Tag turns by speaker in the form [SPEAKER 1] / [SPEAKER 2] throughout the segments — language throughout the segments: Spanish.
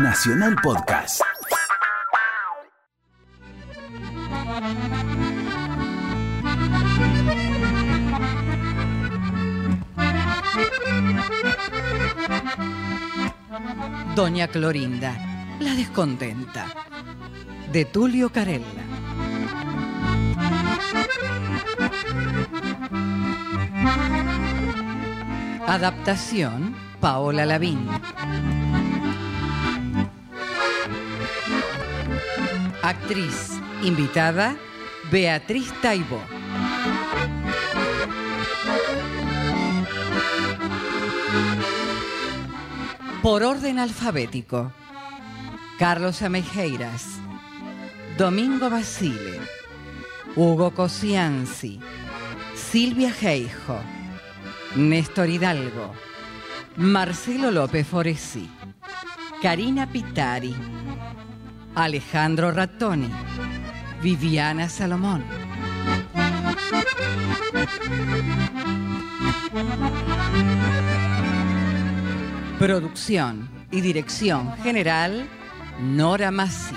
[SPEAKER 1] Nacional Podcast.
[SPEAKER 2] Doña Clorinda, la descontenta. De Tulio Carella. Adaptación, Paola Lavín. Actriz, invitada, Beatriz Taibo. Por orden alfabético, Carlos Amejeiras, Domingo Basile, Hugo Cosianzi, Silvia Geijo, Néstor Hidalgo, Marcelo López Foresi, Karina Pitari, Alejandro Rattoni, Viviana Salomón. Producción y dirección general, Nora Massi.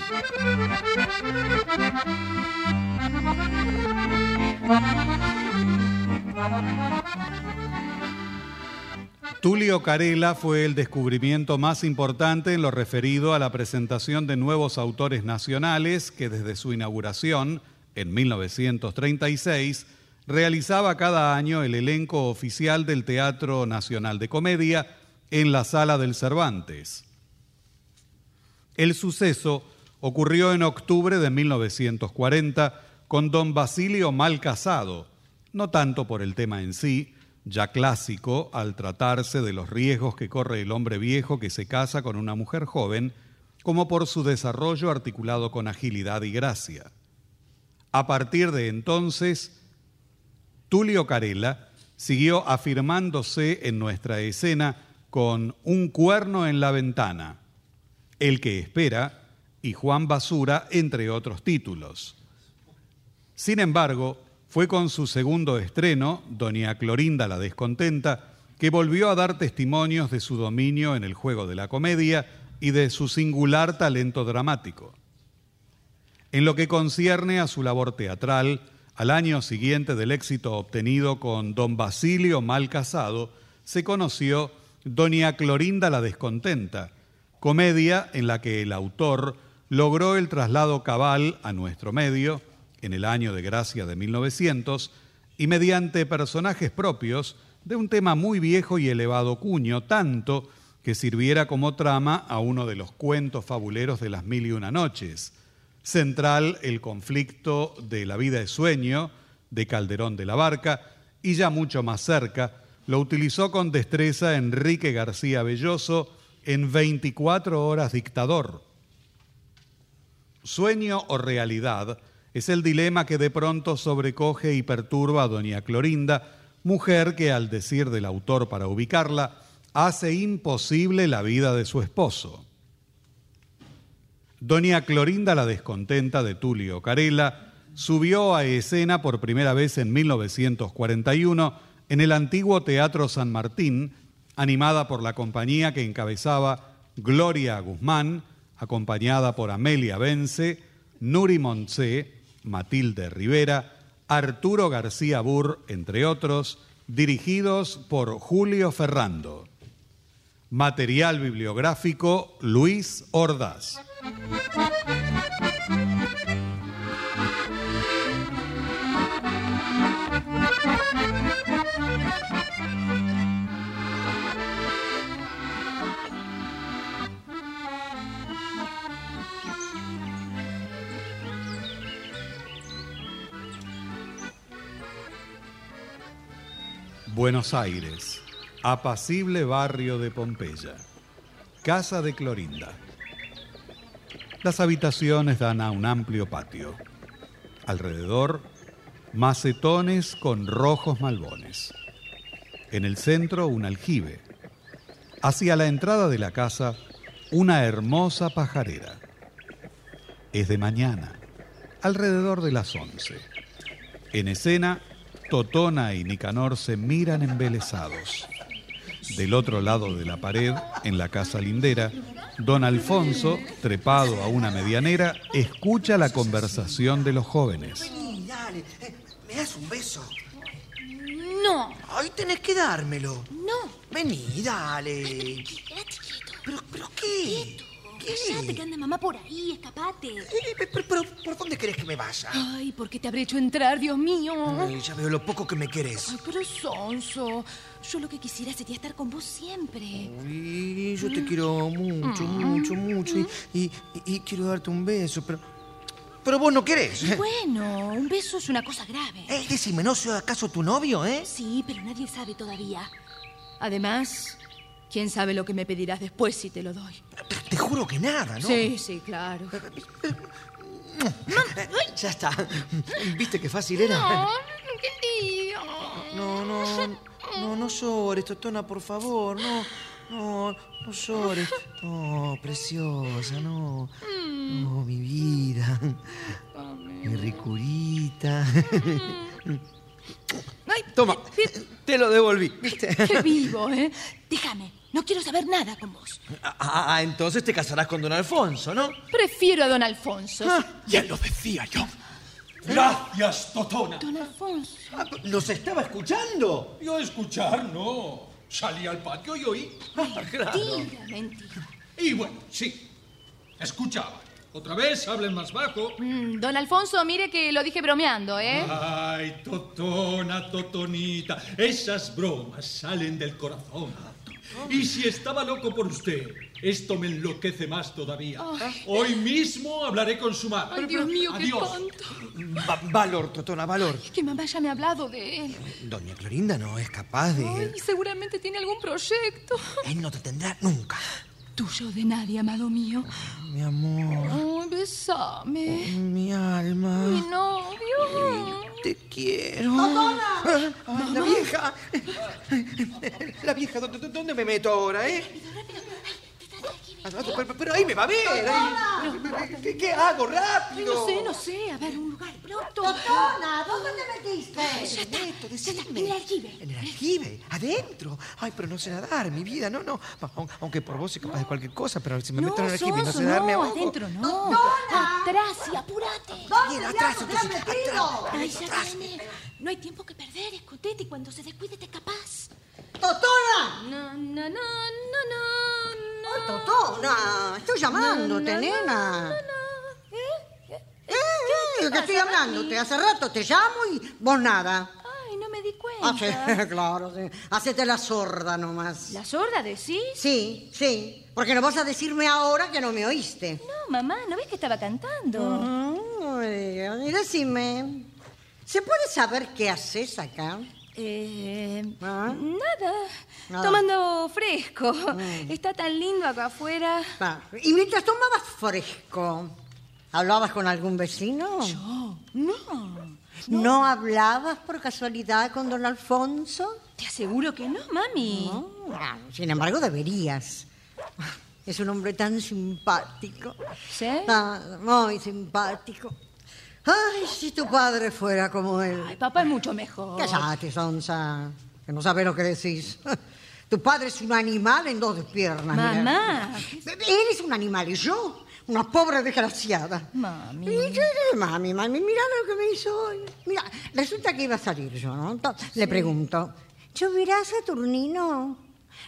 [SPEAKER 3] Tulio Carela fue el descubrimiento más importante en lo referido a la presentación de nuevos autores nacionales que desde su inauguración, en 1936, realizaba cada año el elenco oficial del Teatro Nacional de Comedia en la Sala del Cervantes. El suceso ocurrió en octubre de 1940 con don Basilio mal casado, no tanto por el tema en sí, ya clásico al tratarse de los riesgos que corre el hombre viejo que se casa con una mujer joven, como por su desarrollo articulado con agilidad y gracia. A partir de entonces, Tulio Carela siguió afirmándose en nuestra escena con Un cuerno en la ventana, El que espera y Juan Basura, entre otros títulos. Sin embargo, fue con su segundo estreno, Doña Clorinda la Descontenta, que volvió a dar testimonios de su dominio en el juego de la comedia y de su singular talento dramático. En lo que concierne a su labor teatral, al año siguiente del éxito obtenido con Don Basilio Mal Casado, se conoció Doña Clorinda la Descontenta, comedia en la que el autor logró el traslado cabal a nuestro medio en el año de gracia de 1900 y mediante personajes propios de un tema muy viejo y elevado cuño, tanto que sirviera como trama a uno de los cuentos fabuleros de las mil y una noches. Central el conflicto de La vida es sueño, de Calderón de la Barca, y ya mucho más cerca, lo utilizó con destreza Enrique García Belloso en 24 horas dictador. Sueño o realidad, es el dilema que de pronto sobrecoge y perturba a doña Clorinda, mujer que, al decir del autor para ubicarla, hace imposible la vida de su esposo. Doña Clorinda la descontenta de Tulio Carela subió a escena por primera vez en 1941 en el antiguo Teatro San Martín, animada por la compañía que encabezaba Gloria Guzmán, acompañada por Amelia Vence, Nuri Montse, Matilde Rivera, Arturo García Burr, entre otros, dirigidos por Julio Ferrando. Material bibliográfico Luis Ordaz. Buenos Aires, apacible barrio de Pompeya, casa de Clorinda. Las habitaciones dan a un amplio patio. Alrededor, macetones con rojos malbones. En el centro, un aljibe. Hacia la entrada de la casa, una hermosa pajarera. Es de mañana, alrededor de las 11. En escena, Totona y Nicanor se miran embelesados. Del otro lado de la pared, en la casa lindera, don Alfonso, trepado a una medianera, escucha la conversación de los jóvenes.
[SPEAKER 4] Vení, dale. Eh, ¿Me das un beso?
[SPEAKER 5] No,
[SPEAKER 4] Ay, tenés que dármelo.
[SPEAKER 5] no.
[SPEAKER 4] Vení, dale.
[SPEAKER 5] Era chiquito.
[SPEAKER 4] ¿Pero, pero qué?
[SPEAKER 5] Cállate que anda mamá por ahí, escapate.
[SPEAKER 4] Eh, pe- pe- pero, ¿por dónde querés que me vaya?
[SPEAKER 5] Ay, ¿por qué te habré hecho entrar, Dios mío?
[SPEAKER 4] Ay, pues. ya veo lo poco que me querés.
[SPEAKER 5] Ay, pero Sonso, yo lo que quisiera sería estar con vos siempre.
[SPEAKER 4] Uy, yo te quiero mucho, mucho, mucho. Y, y- y- y quiero darte un beso, pero. Pero vos no querés.
[SPEAKER 5] Bueno, un beso es una cosa grave.
[SPEAKER 4] Eh, decime, ¿no soy acaso tu novio, eh?
[SPEAKER 5] Sí, pero nadie sabe todavía. Además, quién sabe lo que me pedirás después si te lo doy.
[SPEAKER 4] Te juro que nada, Ah, ¿no?
[SPEAKER 5] Sí, sí, claro.
[SPEAKER 4] Ya está. ¿Viste qué fácil era? No, no, no, no llores, Totona, por favor, no, no, no llores. No, preciosa, no. No, mi vida. Mi ricurita.
[SPEAKER 5] Ay,
[SPEAKER 4] Toma, te lo devolví, ¿viste?
[SPEAKER 5] Qué vivo, ¿eh? Déjame, no quiero saber nada con vos.
[SPEAKER 4] Ah, entonces te casarás con don Alfonso, ¿no?
[SPEAKER 5] Prefiero a don Alfonso.
[SPEAKER 4] Ah.
[SPEAKER 6] Ya lo decía yo.
[SPEAKER 4] ¿Eh?
[SPEAKER 6] Gracias, Totona.
[SPEAKER 5] Don Alfonso.
[SPEAKER 4] ¿Nos estaba escuchando?
[SPEAKER 6] Yo escuchar, no. Salí al patio y oí. Ah,
[SPEAKER 5] Mentira, mentira.
[SPEAKER 6] Y bueno, sí. Escuchaba. Otra vez hablen más bajo.
[SPEAKER 5] Mm, don Alfonso, mire que lo dije bromeando, ¿eh?
[SPEAKER 4] Ah,
[SPEAKER 6] Ay, Totona, Totonita. Esas bromas salen del corazón. Y si estaba loco por usted, esto me enloquece más todavía. Hoy mismo hablaré con su
[SPEAKER 4] Ah,
[SPEAKER 6] madre.
[SPEAKER 5] Ay, Dios mío, qué
[SPEAKER 6] Adiós.
[SPEAKER 5] tonto.
[SPEAKER 4] Va- valor, Totona, valor.
[SPEAKER 5] Es que mamá ya me ha hablado de él.
[SPEAKER 4] Doña Clorinda no es capaz de...
[SPEAKER 5] Ay, seguramente tiene algún proyecto.
[SPEAKER 4] Él no te tendrá nunca. Ah,
[SPEAKER 5] Tuyo de nadie, amado mío.
[SPEAKER 4] Mi amor,
[SPEAKER 5] Ay, besame.
[SPEAKER 4] mi alma.
[SPEAKER 5] Mi novio.
[SPEAKER 4] Te quiero. ¡Totona! la vieja. La vieja, ¿dó- dó- ¿dónde me meto ahora, eh? Ah, Pero, pero- pero ahí me va a ver. ahí. ¿Qué, qué hago?
[SPEAKER 5] Ay,
[SPEAKER 4] ¡Rápido!
[SPEAKER 5] no sé, no sé. A ver, un lugar pronto.
[SPEAKER 7] Totona, ¿dónde te metiste?
[SPEAKER 5] Ya está.
[SPEAKER 4] Neto,
[SPEAKER 5] Ya está,
[SPEAKER 4] decime.
[SPEAKER 5] En el aljibe.
[SPEAKER 4] En el aljibe, adentro. Ay, pero no sé nadar, mi vida, no, no. Aun- Aunque por vos soy capaz de cualquier cosa, pero si me meto en el aljibe y no
[SPEAKER 5] Sonso,
[SPEAKER 4] sé darme
[SPEAKER 5] no,
[SPEAKER 4] abajo.
[SPEAKER 5] adentro no.
[SPEAKER 7] Totona.
[SPEAKER 5] Atrás y apúrate.
[SPEAKER 7] ¿Dónde
[SPEAKER 4] Bien, atrás,
[SPEAKER 7] diablos te has
[SPEAKER 4] entonces,
[SPEAKER 7] metido?
[SPEAKER 5] Ay, ya viene. No hay tiempo que perder. Escondete y cuando se descuide te capaz.
[SPEAKER 7] Totona, ¡Oh,
[SPEAKER 5] No, no, no, no, no.
[SPEAKER 7] Totona, estoy llamándote, nena.
[SPEAKER 5] no. ¿Eh?
[SPEAKER 7] Eh, eh, que estoy
[SPEAKER 5] pasa,
[SPEAKER 7] hablándote.
[SPEAKER 5] Mami?
[SPEAKER 7] Hace rato te llamo y vos nada.
[SPEAKER 5] Ay, no me di cuenta.
[SPEAKER 7] Ah, sí, claro, sí. Hacete la sorda nomás.
[SPEAKER 5] ¿La sorda decís?
[SPEAKER 7] Sí, sí. Porque no vas a decirme ahora que no me oíste. Mm,
[SPEAKER 5] No, mamá, ¿no ves que estaba cantando?
[SPEAKER 7] Ay, Y decime, ¿se puede saber qué haces acá?
[SPEAKER 5] Eh,
[SPEAKER 7] Ah.
[SPEAKER 5] nada.
[SPEAKER 7] Nada.
[SPEAKER 5] Tomando fresco. Está tan lindo acá afuera.
[SPEAKER 7] Ah, Y mientras tomabas fresco, ¿hablabas con algún vecino?
[SPEAKER 5] Oh, no.
[SPEAKER 7] ¿No hablabas por casualidad con don Alfonso?
[SPEAKER 5] Te aseguro que no, mami.
[SPEAKER 7] Ah, Sin embargo, deberías. Es un hombre tan simpático.
[SPEAKER 5] ¿Sí?
[SPEAKER 7] Ah, muy simpático. Ay, si tu padre fuera como
[SPEAKER 5] Ay,
[SPEAKER 7] él.
[SPEAKER 5] papá es mucho mejor.
[SPEAKER 7] Cállate, Sonsa, que no sabes lo que decís. Tu padre es un animal en dos piernas. mira.
[SPEAKER 5] Mamá.
[SPEAKER 7] Él es un animal y yo, una pobre desgraciada.
[SPEAKER 5] Mami.
[SPEAKER 7] Y yo, eh, mami, mami, mira lo que me hizo hoy. Mira, resulta que iba a salir yo, ¿no? Entonces, Le pregunto, ¿lloverá Saturnino?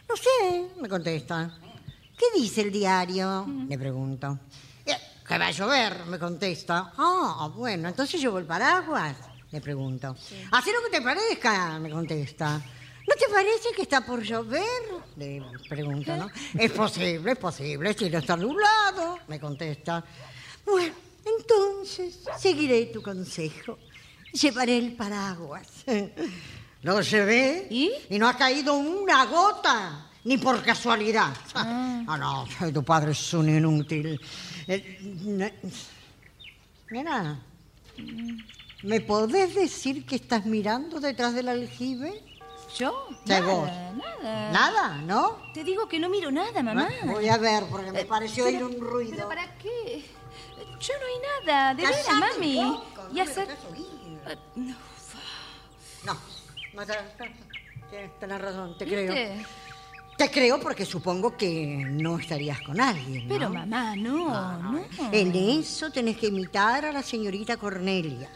[SPEAKER 7] No sé, me contesta. ¿Qué dice el diario? Le pregunto. "Eh, Que va a llover, me contesta. Ah, bueno, entonces llevo el paraguas, le pregunto. Hacé lo que te parezca, me contesta. ¿No te parece que está por llover? Le pregunto, ¿no?
[SPEAKER 5] ¿Eh?
[SPEAKER 7] Es posible, es posible, si no está nublado, me contesta. Bueno, entonces seguiré tu consejo. Llevaré el paraguas. Lo llevé
[SPEAKER 5] ¿Y?
[SPEAKER 7] no ha caído una gota, ni por casualidad. Ah, no, tu padre es un inútil. Eh, ne- Nena,
[SPEAKER 5] Mm.
[SPEAKER 7] ¿me podés decir que estás mirando detrás del aljibe?
[SPEAKER 5] ¿Yo?
[SPEAKER 7] Sí,
[SPEAKER 5] Nada,
[SPEAKER 7] vos.
[SPEAKER 5] nada.
[SPEAKER 7] Nada, ¿no? Ah,
[SPEAKER 5] Te digo que no miro nada, mamá.
[SPEAKER 7] Voy a ver, porque me
[SPEAKER 5] Eh,
[SPEAKER 7] pareció
[SPEAKER 5] pero-
[SPEAKER 7] oír un ruido.
[SPEAKER 5] ¿Pero para qué? Yo no hay nada, de veras,
[SPEAKER 7] Cállate
[SPEAKER 5] mami.
[SPEAKER 7] un poco, no
[SPEAKER 5] y
[SPEAKER 7] me
[SPEAKER 5] hacer.
[SPEAKER 7] dejes oír.
[SPEAKER 5] Eh, no.
[SPEAKER 7] No, no te- te- tenés razón, te
[SPEAKER 5] ¿Viste?
[SPEAKER 7] creo. Te creo porque supongo que no estarías con alguien. ¿no? Ah,
[SPEAKER 5] Pero mamá, no, no.
[SPEAKER 7] En eso tenés que imitar a la señorita Cornelia.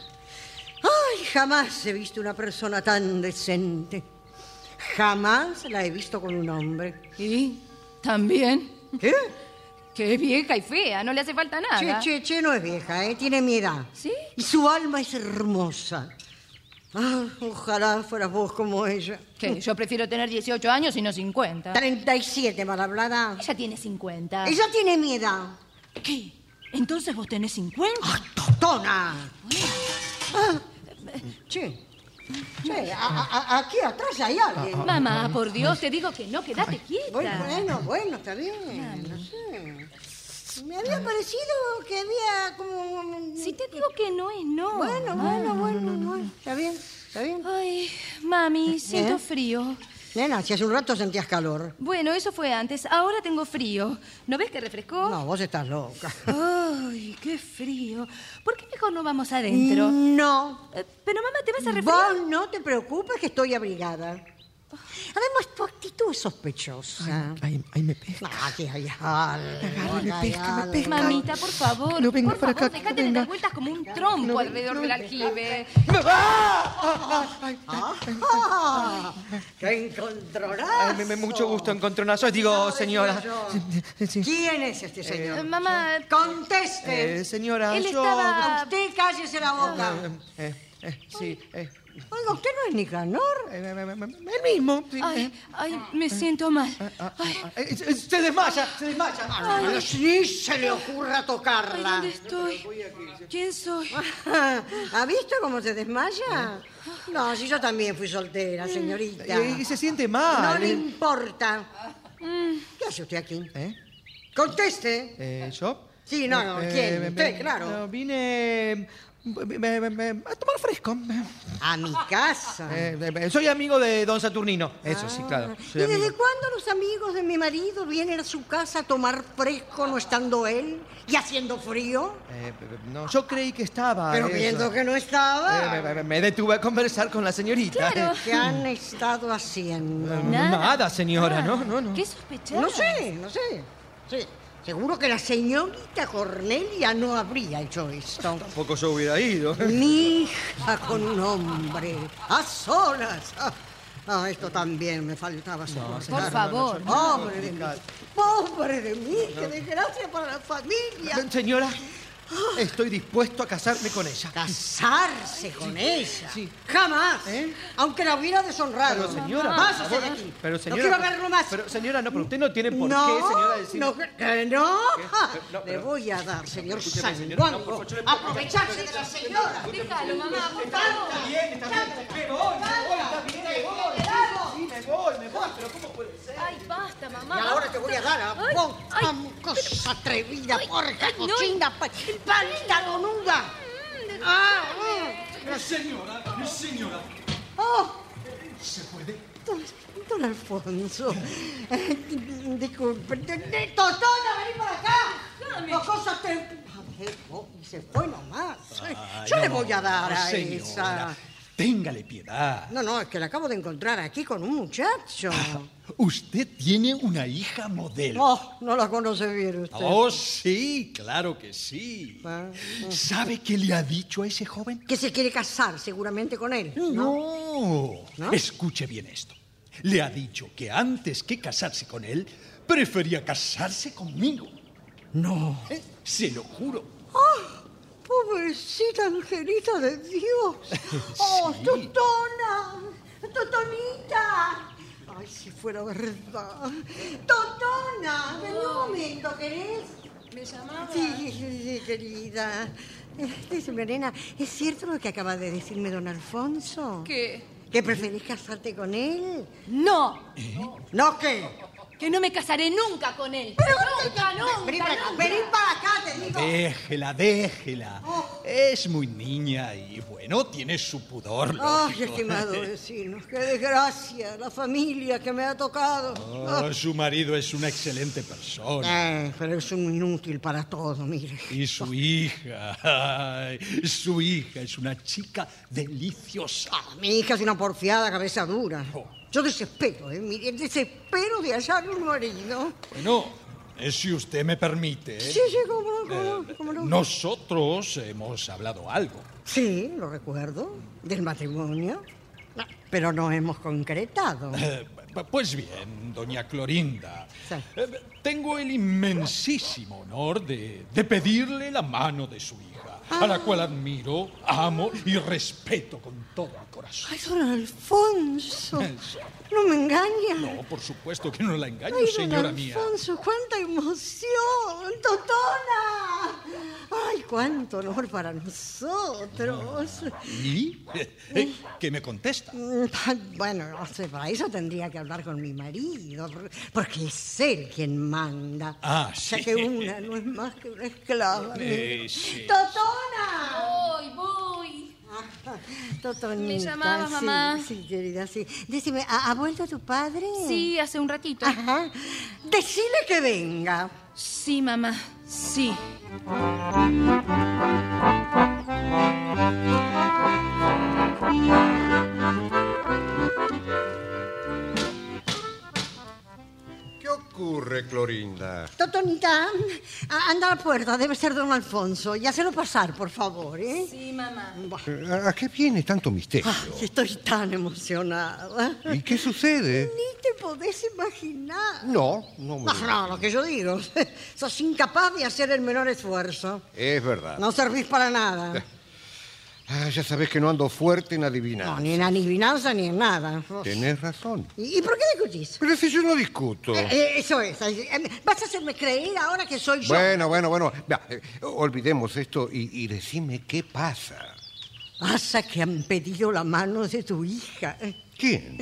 [SPEAKER 7] Ay, jamás he visto una persona tan decente. Jamás la he visto con un hombre. ¿Eh?
[SPEAKER 5] ¿Y? ¿También?
[SPEAKER 7] ¿Qué?
[SPEAKER 5] Que es vieja y fea, no le hace falta
[SPEAKER 7] Che,
[SPEAKER 5] nada.
[SPEAKER 7] che, che, no es vieja, ¿eh? Tiene mi edad.
[SPEAKER 5] ¿Sí?
[SPEAKER 7] Y su alma es hermosa. Ah, ojalá fueras vos como ella.
[SPEAKER 5] Que yo prefiero tener 18 años y no 50.
[SPEAKER 7] 37, mal hablada.
[SPEAKER 5] Ella tiene 50.
[SPEAKER 7] Ella tiene mi edad. Ah,
[SPEAKER 5] ¿Qué? ¿Entonces vos tenés 50?
[SPEAKER 7] ¡Totona! Ah, che, che, a- a- a- aquí atrás hay alguien.
[SPEAKER 5] Mamá, por Dios, te digo que no, quédate quieta.
[SPEAKER 7] Bueno, bueno, bueno, está bien. No sé. Me había parecido que había como.
[SPEAKER 5] Si te digo que no es no. Ah.
[SPEAKER 7] Bueno, bueno, bueno, bueno. Está bien, está bien. ¿Eh?
[SPEAKER 5] Ay, mami, siento frío.
[SPEAKER 7] Nena, si hace un rato sentías calor.
[SPEAKER 5] Bueno, eso fue antes. Ahora tengo frío. ¿No ves que refrescó?
[SPEAKER 7] No, vos estás loca.
[SPEAKER 5] Ay, qué frío. ¿Por qué mejor no vamos adentro?
[SPEAKER 7] No.
[SPEAKER 5] Eh, Pero mamá, ¿te vas a refrescar?
[SPEAKER 7] Vos no te preocupes que estoy abrigada. Además, tu actitud es sospechosa.
[SPEAKER 8] Ay, ay, me pega.
[SPEAKER 7] Aquí hay algo.
[SPEAKER 8] Agarra, me
[SPEAKER 7] acá hay
[SPEAKER 8] pesca, me
[SPEAKER 7] algo.
[SPEAKER 8] pesca.
[SPEAKER 5] Mamita, por favor.
[SPEAKER 8] No venga
[SPEAKER 5] por
[SPEAKER 8] para
[SPEAKER 5] favor,
[SPEAKER 8] acá, no
[SPEAKER 5] dejate de
[SPEAKER 8] venga.
[SPEAKER 5] dar vueltas como un trompo
[SPEAKER 8] No,
[SPEAKER 5] alrededor
[SPEAKER 8] no,
[SPEAKER 5] del
[SPEAKER 8] no.
[SPEAKER 5] aljibe.
[SPEAKER 7] ¡Ah! ¡Qué encontrarás!
[SPEAKER 4] Ay, me, me- mucho gusto, encontronazos. Digo, Oh, señora.
[SPEAKER 7] ¿Quién es este
[SPEAKER 5] Eh,
[SPEAKER 7] señor?
[SPEAKER 5] mamá,
[SPEAKER 4] Eh,
[SPEAKER 7] Conteste.
[SPEAKER 4] señora,
[SPEAKER 5] él
[SPEAKER 4] yo.
[SPEAKER 5] estaba... Ah.
[SPEAKER 7] Usted cállese la boca.
[SPEAKER 4] Eh, eh, sí, eh,
[SPEAKER 7] Oiga, usted no es Nicanor.
[SPEAKER 4] eh, me- me- me- el mismo. sí,
[SPEAKER 5] Ay,
[SPEAKER 4] eh.
[SPEAKER 5] ay, me siento mal.
[SPEAKER 4] Ah, ah, eh, se- se desmaya, se desmaya.
[SPEAKER 7] Ni se le ocurra
[SPEAKER 5] Ay,
[SPEAKER 7] tocarla.
[SPEAKER 5] ¿dónde estoy? ¿Quién soy?
[SPEAKER 7] ¿Ha visto cómo se desmaya? No, si yo también fui soltera, señorita.
[SPEAKER 4] Eh, y se siente
[SPEAKER 7] No
[SPEAKER 4] mal.
[SPEAKER 7] le
[SPEAKER 4] eh.
[SPEAKER 7] importa.
[SPEAKER 4] Mm.
[SPEAKER 7] ¿Qué hace usted aquí?
[SPEAKER 4] ¿Eh?
[SPEAKER 7] Conteste.
[SPEAKER 4] Eh, ¿Yo?
[SPEAKER 7] Sí, no, no,
[SPEAKER 4] Eh,
[SPEAKER 7] ¿quién?
[SPEAKER 4] me-
[SPEAKER 7] Usted,
[SPEAKER 4] me-
[SPEAKER 7] claro.
[SPEAKER 4] no, vine me- me- me- a tomar fresco.
[SPEAKER 7] A mi casa.
[SPEAKER 4] Eh, eh, soy amigo de don Saturnino. Eso
[SPEAKER 7] Ah.
[SPEAKER 4] sí, claro.
[SPEAKER 7] ¿Y
[SPEAKER 4] soy amigo.
[SPEAKER 7] desde cuándo los amigos de mi marido vienen a su casa a tomar fresco no estando él y haciendo frío?
[SPEAKER 4] Eh, pe- pe- no, yo creí que estaba.
[SPEAKER 7] Pero
[SPEAKER 4] Ah, eso.
[SPEAKER 7] viendo que no
[SPEAKER 4] Eh, me,
[SPEAKER 7] estaba.
[SPEAKER 4] me- me detuve a conversar con la señorita.
[SPEAKER 5] Claro.
[SPEAKER 7] ¿Qué han estado haciendo?
[SPEAKER 4] Eh, Nada, señora, no, no, no.
[SPEAKER 5] ¿Qué sospechás?
[SPEAKER 7] No sé, no sé. Sí, seguro que la señorita Cornelia no habría hecho esto.
[SPEAKER 4] Tampoco yo hubiera ido.
[SPEAKER 7] Mi hija con un hombre, a solas. Ah, Ah, esto también me faltaba. seguro.
[SPEAKER 5] Por favor.
[SPEAKER 7] Pobre de mí, pobre de mí, qué desgracia para la familia. Ah.
[SPEAKER 4] Señora, estoy dispuesto a casarme con ella.
[SPEAKER 7] Casarse con ella.
[SPEAKER 4] sí.
[SPEAKER 7] Jamás.
[SPEAKER 4] ¿Eh?
[SPEAKER 7] Aunque la hubiera deshonrado.
[SPEAKER 4] Pero, señora, por
[SPEAKER 7] Pásese
[SPEAKER 4] favor.
[SPEAKER 7] de aquí.
[SPEAKER 4] Pero, señora,
[SPEAKER 7] no quiero verlo más.
[SPEAKER 4] Pero, señora, no, pero usted no tiene por
[SPEAKER 7] no,
[SPEAKER 4] qué, señora, decir.
[SPEAKER 7] no, que- que no.
[SPEAKER 4] Pero, no,
[SPEAKER 7] Le
[SPEAKER 4] pero-
[SPEAKER 7] voy a dar, señor
[SPEAKER 4] Escúcheme,
[SPEAKER 7] San
[SPEAKER 4] señora,
[SPEAKER 7] Juan,
[SPEAKER 4] no, por favor, yo le-
[SPEAKER 7] Aprovecharse de la señora.
[SPEAKER 5] Déjalo, mamá, por favor.
[SPEAKER 4] Está bien, está bien. Me voy, me voy, está bien, me voy. Sí, me voy, me voy, pero ¿cómo puede ser?
[SPEAKER 5] Ay, basta, mamá.
[SPEAKER 7] Y ahora te voy a
[SPEAKER 4] ¿ah?
[SPEAKER 7] dar a
[SPEAKER 5] Ay,
[SPEAKER 7] vos,
[SPEAKER 5] ay,
[SPEAKER 7] cosa atrevida,
[SPEAKER 5] ay,
[SPEAKER 7] porca,
[SPEAKER 5] ay, no.
[SPEAKER 7] cochina, pa- pantalonuda. Ah, ah.
[SPEAKER 1] Señora, señora,
[SPEAKER 7] Oh,
[SPEAKER 1] ¿se puede?
[SPEAKER 7] don, don Alfonso. Eh, Disculpe. de- de- Totona, vení para acá. Dos cosas te... A ver, oh, y se fue nomás. Yo le voy a dar a esa.
[SPEAKER 1] Téngale piedad.
[SPEAKER 7] No, no, es que la acabo de encontrar aquí con un muchacho.
[SPEAKER 1] Ah, Usted tiene una hija modelo.
[SPEAKER 7] Oh, no la conoce bien usted.
[SPEAKER 1] Oh, sí, claro que sí.
[SPEAKER 7] Ah,
[SPEAKER 1] ¿Sabe qué le ha dicho a ese joven?
[SPEAKER 7] Que se quiere casar seguramente con él.
[SPEAKER 1] No.
[SPEAKER 7] ¿No?
[SPEAKER 1] Escuche bien esto. Le ha dicho que antes que casarse con él, prefería casarse conmigo.
[SPEAKER 7] No.
[SPEAKER 1] Eh, Se lo juro.
[SPEAKER 7] Pobrecita Angelita de Dios. Oh,
[SPEAKER 1] Sí.
[SPEAKER 7] Totona. Totonita. Ay, si fuera verdad. Totona, ven un momento, ¿querés?
[SPEAKER 5] ¿Me llamaba?
[SPEAKER 7] Sí, sí, sí, querida. Eh, Decime, nena, ¿es cierto lo que acaba de decirme don Alfonso?
[SPEAKER 5] ¿Qué?
[SPEAKER 7] ¿Que preferís casarte con él?
[SPEAKER 5] No,
[SPEAKER 7] ¿No qué?
[SPEAKER 5] que no me casaré nunca con él. nunca, nunca,
[SPEAKER 7] Vení para acá,
[SPEAKER 5] nunca.
[SPEAKER 7] vení para acá, te digo.
[SPEAKER 1] Déjela, déjela.
[SPEAKER 7] Oh.
[SPEAKER 1] Es muy niña y bueno, tiene su pudor.
[SPEAKER 7] Ay,
[SPEAKER 1] lógico.
[SPEAKER 7] estimado vecino, qué desgracia, la familia que me ha tocado.
[SPEAKER 1] Oh, su marido es una excelente persona.
[SPEAKER 7] Eh, pero es un inútil para todo, mire.
[SPEAKER 1] Y su hija, ay, su hija es una chica deliciosa.
[SPEAKER 7] Mi hija es una porfiada cabeza dura.
[SPEAKER 1] Oh,
[SPEAKER 7] Yo desespero, ¿eh? Mire, desespero de hallar un marido.
[SPEAKER 1] Bueno, eh, si usted me permite.
[SPEAKER 7] Sí, sí, cómo no, cómo
[SPEAKER 1] eh,
[SPEAKER 7] no, cómo no.
[SPEAKER 1] Nosotros hemos hablado algo.
[SPEAKER 7] Sí, lo recuerdo, del matrimonio. No, Pero no hemos concretado.
[SPEAKER 1] Eh, pu- Pues bien, doña Clorinda,
[SPEAKER 7] Sí.
[SPEAKER 1] eh, tengo el inmensísimo honor de, de pedirle la mano de su hija, a
[SPEAKER 7] Ah.
[SPEAKER 1] la cual admiro, amo y respeto con todo el corazón.
[SPEAKER 7] Ay, don Alfonso, no me engaña.
[SPEAKER 1] No, por supuesto que no la engaño,
[SPEAKER 7] Ay, don
[SPEAKER 1] señora mía.
[SPEAKER 7] Alfonso, cuánta emoción, Totona. Ay, cuánto honor para nosotros.
[SPEAKER 1] ¿Y? Eh, ¿Qué me contesta?
[SPEAKER 7] Mm, Bueno, no sé, para eso tendría que hablar con mi marido, por- porque es él quien manda.
[SPEAKER 1] Ah,
[SPEAKER 7] O sea
[SPEAKER 1] sí.
[SPEAKER 7] que una no es más que una esclava.
[SPEAKER 1] Eh, sí.
[SPEAKER 7] ¡Totona!
[SPEAKER 5] Voy, voy.
[SPEAKER 8] Ah.
[SPEAKER 7] Totonita,
[SPEAKER 5] Me llamabas,
[SPEAKER 7] sí,
[SPEAKER 5] mamá.
[SPEAKER 7] Sí, querida, sí. Decime, ¿ha, ha vuelto tu padre?
[SPEAKER 5] Sí, hace un ratito.
[SPEAKER 7] Ajá. Decile que venga.
[SPEAKER 5] Sí, mamá, sí.
[SPEAKER 9] ¿Qué ocurre, Clorinda?
[SPEAKER 7] Totonita, a- anda a la puerta, debe ser don Alfonso. Y hazlo pasar, por favor, ¿eh?
[SPEAKER 5] Sí, mamá.
[SPEAKER 9] ¿A a qué viene tanto misterio?
[SPEAKER 7] Ay, estoy tan emocionada.
[SPEAKER 9] ¿Y qué sucede?
[SPEAKER 7] Ni te podés imaginar.
[SPEAKER 9] No, no me...
[SPEAKER 7] No, no, lo que yo digo. Sos incapaz de hacer el menor esfuerzo.
[SPEAKER 9] Es verdad.
[SPEAKER 7] No servís para nada.
[SPEAKER 9] Ah, ya sabes que no ando fuerte en adivinar.
[SPEAKER 7] No, ni en adivinanza ni en nada.
[SPEAKER 9] Tenés razón.
[SPEAKER 7] ¿Y, y por qué discutís?
[SPEAKER 9] Pero si yo no discuto.
[SPEAKER 7] Eh, eh, eso es. eh, eh, Vas a hacerme creer ahora que soy yo.
[SPEAKER 9] Bueno, bueno, bueno. Mira, eh, olvidemos esto y, y decime qué pasa.
[SPEAKER 7] Pasa que han pedido la mano de tu hija.
[SPEAKER 9] ¿Quién?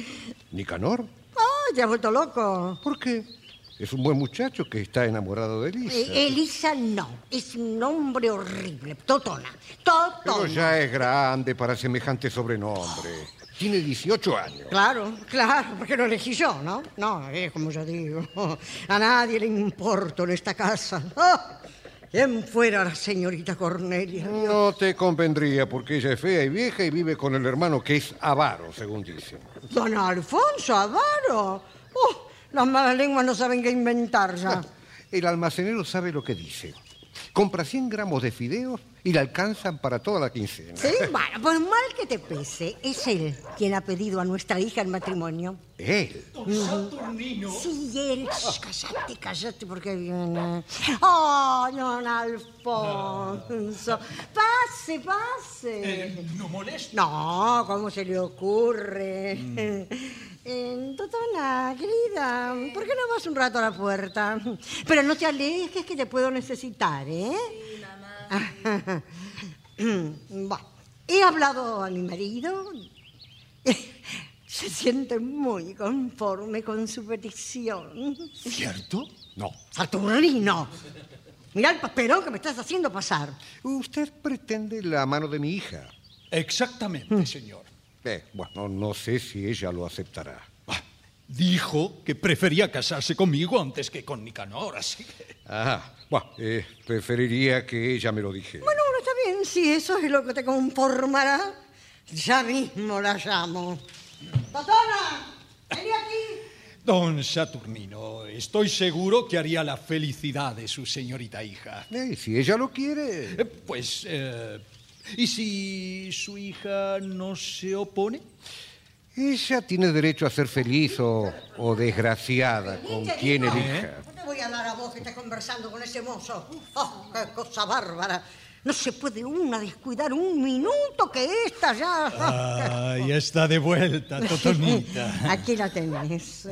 [SPEAKER 9] ¿Nicanor?
[SPEAKER 7] Oh, te has vuelto loco.
[SPEAKER 9] ¿Por qué? Es un buen muchacho que está enamorado de Elisa.
[SPEAKER 7] Eh, Elisa no. Es un hombre horrible. Totona. Totona.
[SPEAKER 9] Pero ya es grande para semejante sobrenombre. Tiene 18 años.
[SPEAKER 7] Claro, claro, porque lo elegí yo, ¿no? No, es como yo digo, a nadie le importo en esta casa. ¡Ah! ¿Quién fuera la señorita Cornelia?
[SPEAKER 9] No te convendría porque ella es fea y vieja y vive con el hermano que es avaro, según dicen.
[SPEAKER 7] Don Alfonso Avaro. ¡Oh! las malas lenguas no saben qué inventar ya.
[SPEAKER 9] El almacenero sabe lo que dice. Compra 100 gramos de fideos y le alcanzan para toda la quincena.
[SPEAKER 7] Sí, bueno, pues mal que te pese, es él quien ha pedido a nuestra hija el matrimonio.
[SPEAKER 9] Él.
[SPEAKER 1] Don Saturnino.
[SPEAKER 7] Sí, él. Shh, cállate, cállate, porque viene. ¡Oh, don Alfonso! ¡Pase, pase!
[SPEAKER 1] eh, no molesta.
[SPEAKER 7] No, ¿cómo se le ocurre? Eh, Totona, querida, ¿por qué no vas un rato a la puerta? Pero no te alejes que te puedo necesitar, ¿eh? mamá. bueno, he hablado a mi marido. Se siente muy conforme con su petición.
[SPEAKER 9] ¿Cierto? No.
[SPEAKER 7] Saturnino, mirá el papelón que me estás haciendo pasar.
[SPEAKER 9] Usted pretende la mano de mi hija.
[SPEAKER 7] Mm.
[SPEAKER 1] Exactamente, señor.
[SPEAKER 9] Eh, bueno, no sé si ella lo aceptará.
[SPEAKER 1] Ah, Dijo que prefería casarse conmigo antes que con Nicanor, así que...
[SPEAKER 9] Ah, bueno, eh, preferiría que ella me lo dijera.
[SPEAKER 7] Bueno, bueno, está bien, si eso es lo que te conformará, ya mismo la llamo. ¡Doctora! ¡Vení aquí!
[SPEAKER 1] Don Saturnino, estoy seguro que haría la felicidad de su señorita hija.
[SPEAKER 9] Eh, si ella lo quiere.
[SPEAKER 1] Eh, Pues, eh, ¿y si su hija no se opone?
[SPEAKER 9] Ella tiene derecho a ser feliz o, o desgraciada con quien elija.
[SPEAKER 7] No te voy a dar a vos que estás conversando con ese mozo. ¡Oh, qué cosa bárbara! No se puede una descuidar un minuto que esta ya...
[SPEAKER 1] Ah. ya está de vuelta, Totonita.
[SPEAKER 7] Aquí la tenés.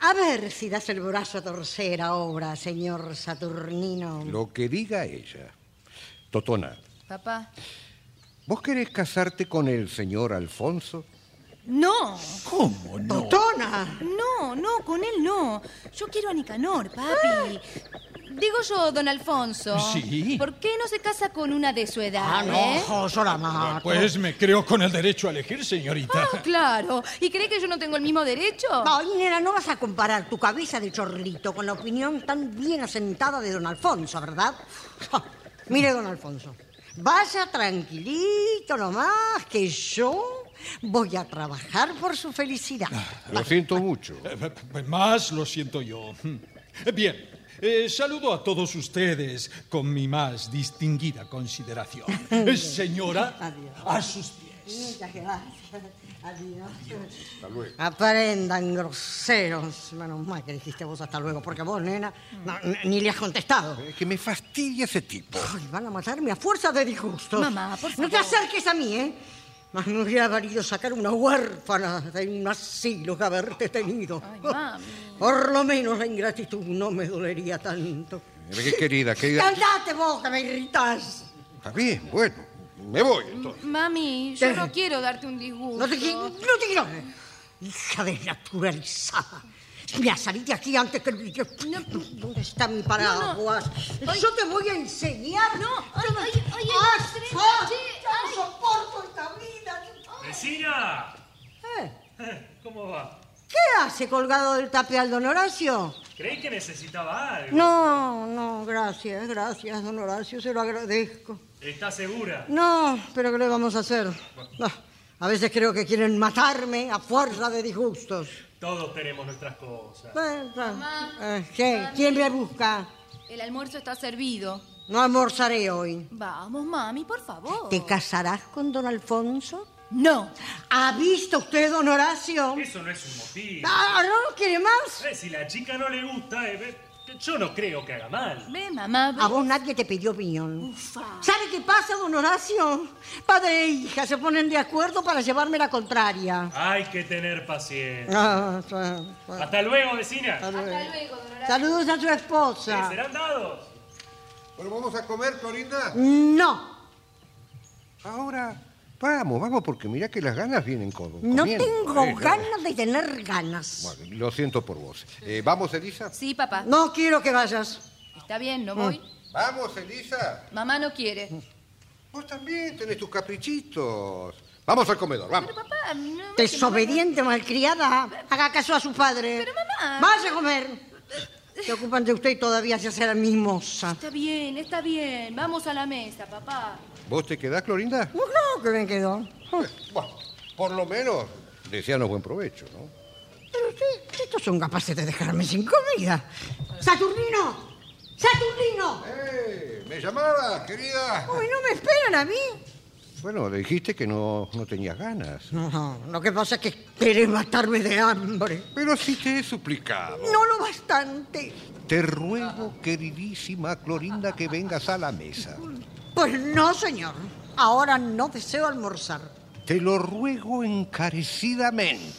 [SPEAKER 7] A ver si das el brazo a torcer ahora, señor Saturnino.
[SPEAKER 9] Lo que diga ella. Totona,
[SPEAKER 5] Papá.
[SPEAKER 9] ¿vos querés casarte con el señor Alfonso?
[SPEAKER 5] No,
[SPEAKER 1] ¿Cómo no?
[SPEAKER 7] ¡Totona!
[SPEAKER 5] no, no, con él no. Yo quiero a Nicanor, papi. Digo yo, don Alfonso.
[SPEAKER 1] Sí.
[SPEAKER 5] ¿Por qué no se casa con una de su edad?
[SPEAKER 7] Ah,
[SPEAKER 5] eh?
[SPEAKER 7] no, yo la mato.
[SPEAKER 1] Pues me creo con el derecho a elegir, señorita.
[SPEAKER 5] Ah, claro. ¿Y cree que yo no tengo el mismo derecho?
[SPEAKER 7] Ay, nena, no vas a comparar tu cabeza de chorrito con la opinión tan bien asentada de don Alfonso, ¿verdad? Ja, Mire, don Alfonso, vaya tranquilito nomás, que yo Voy a trabajar por su felicidad.
[SPEAKER 9] Lo siento mucho.
[SPEAKER 6] Eh, eh, Más lo siento yo. Eh, Bien, eh, saludo a todos ustedes con mi más distinguida consideración. Eh, Señora,
[SPEAKER 7] Adiós.
[SPEAKER 6] a sus pies.
[SPEAKER 7] Muchas gracias. Adiós. Hasta luego. Aprendan, groseros. Menos mal que dijiste vos hasta luego, porque vos, nena, no, n- ni le has contestado.
[SPEAKER 9] Es que me fastidia ese tipo.
[SPEAKER 7] Ay, van a matarme a fuerza de disgustos.
[SPEAKER 5] Mamá, por
[SPEAKER 7] No te
[SPEAKER 5] favor.
[SPEAKER 7] acerques a mí, ¿eh? Más me hubiera valido sacar una huérfana de un asilo que haberte tenido.
[SPEAKER 5] Ay, mami.
[SPEAKER 7] Por lo menos la ingratitud no me dolería tanto.
[SPEAKER 9] Mira qué querida, querida.
[SPEAKER 7] ¡Andate vos, que me irritás!
[SPEAKER 9] Está bien, bueno. Me voy entonces.
[SPEAKER 5] Mami, yo
[SPEAKER 7] Deja.
[SPEAKER 5] no quiero darte un disgusto.
[SPEAKER 7] No te, qui- no te quiero ver. Hija desnaturalizada. Mira, salí de aquí antes que... ¿Dónde está mi paraguas? Yo te voy a enseñar. No,
[SPEAKER 5] ay, ay, ay, Andrea, che,
[SPEAKER 7] ¡Ya no
[SPEAKER 5] ay.
[SPEAKER 7] soporto esta vida!
[SPEAKER 10] ¡Vecina!
[SPEAKER 7] Eh,
[SPEAKER 10] ¿Cómo va?
[SPEAKER 7] ¿Qué hace colgado del tapial, don Horacio?
[SPEAKER 10] Creí que necesitaba algo.
[SPEAKER 7] No, no, gracias, gracias, don Horacio, se lo agradezco.
[SPEAKER 10] ¿Está segura?
[SPEAKER 7] No, pero ¿qué le vamos a hacer? Ah, a veces creo que quieren matarme a fuerza de disgustos.
[SPEAKER 10] Todos tenemos nuestras cosas.
[SPEAKER 7] Eh, eh, eh, ¿qué? ¿Quién me busca?
[SPEAKER 5] El almuerzo está servido.
[SPEAKER 7] No almorzaré hoy.
[SPEAKER 5] Vamos, mami, por favor.
[SPEAKER 7] ¿Te casarás con don Alfonso?
[SPEAKER 5] Oh. No.
[SPEAKER 7] ¿Ha visto usted, don Horacio?
[SPEAKER 10] Eso no es un motivo.
[SPEAKER 7] Ah, ¿No quiere más?
[SPEAKER 10] Eh, si la chica no le gusta, eh, eh, que yo no creo que haga mal.
[SPEAKER 5] Ve, mamá. ve.
[SPEAKER 7] A vos nadie te pidió opinión. ¿Sabe qué pasa, don Horacio? Padre e hija se ponen de acuerdo para llevarme la contraria.
[SPEAKER 10] Hay que tener paciencia.
[SPEAKER 7] Ah, ah, ah,
[SPEAKER 10] Hasta luego, vecina.
[SPEAKER 5] Hasta luego, don Horacio.
[SPEAKER 7] Saludos a su
[SPEAKER 10] Eh,
[SPEAKER 7] esposa.
[SPEAKER 10] ¿Serán dados?
[SPEAKER 9] Bueno, vamos a comer, Clorinda.
[SPEAKER 7] No,
[SPEAKER 9] Ahora, vamos, vamos, porque mira que las ganas vienen con.
[SPEAKER 7] no
[SPEAKER 9] comiendo, ¿eh?
[SPEAKER 7] tengo ganas de tener ganas.
[SPEAKER 9] Bueno, lo siento por vos. Eh, ¿Vamos, Elisa?
[SPEAKER 5] Sí, papá.
[SPEAKER 7] No quiero que vayas.
[SPEAKER 5] Está bien, no voy.
[SPEAKER 7] Mm.
[SPEAKER 9] Vamos, Elisa.
[SPEAKER 5] Mamá no quiere.
[SPEAKER 9] Vos también tenés tus caprichitos. Vamos al comedor, vamos.
[SPEAKER 5] Pero papá, no.
[SPEAKER 7] Desobediente, malcriada. Haga caso a su padre.
[SPEAKER 5] Pero, mamá.
[SPEAKER 7] Vaya a comer. Se ocupan de usted y todavía se hace la mimosa.
[SPEAKER 5] Está bien, está bien. Vamos a la mesa, papá.
[SPEAKER 9] ¿Vos te quedás, Clorinda?
[SPEAKER 7] No, no, que me quedó.
[SPEAKER 9] Bueno, por lo menos, deseanos buen provecho, ¿no?
[SPEAKER 7] Pero ustedes, estos son capaces de dejarme sin comida. ¡Saturnino! ¡Saturnino!
[SPEAKER 9] ¡Eh! ¡Me llamabas, querida!
[SPEAKER 7] Uy, no me esperan a mí.
[SPEAKER 9] Bueno, le dijiste que no, no tenías ganas.
[SPEAKER 7] No, no, lo que pasa es que querés matarme de hambre.
[SPEAKER 9] Pero sí te he suplicado.
[SPEAKER 7] No lo bastante.
[SPEAKER 9] Te ruego, queridísima Clorinda, que vengas a la mesa.
[SPEAKER 7] Pues no, señor. Ahora no deseo almorzar.
[SPEAKER 9] Te lo ruego encarecidamente.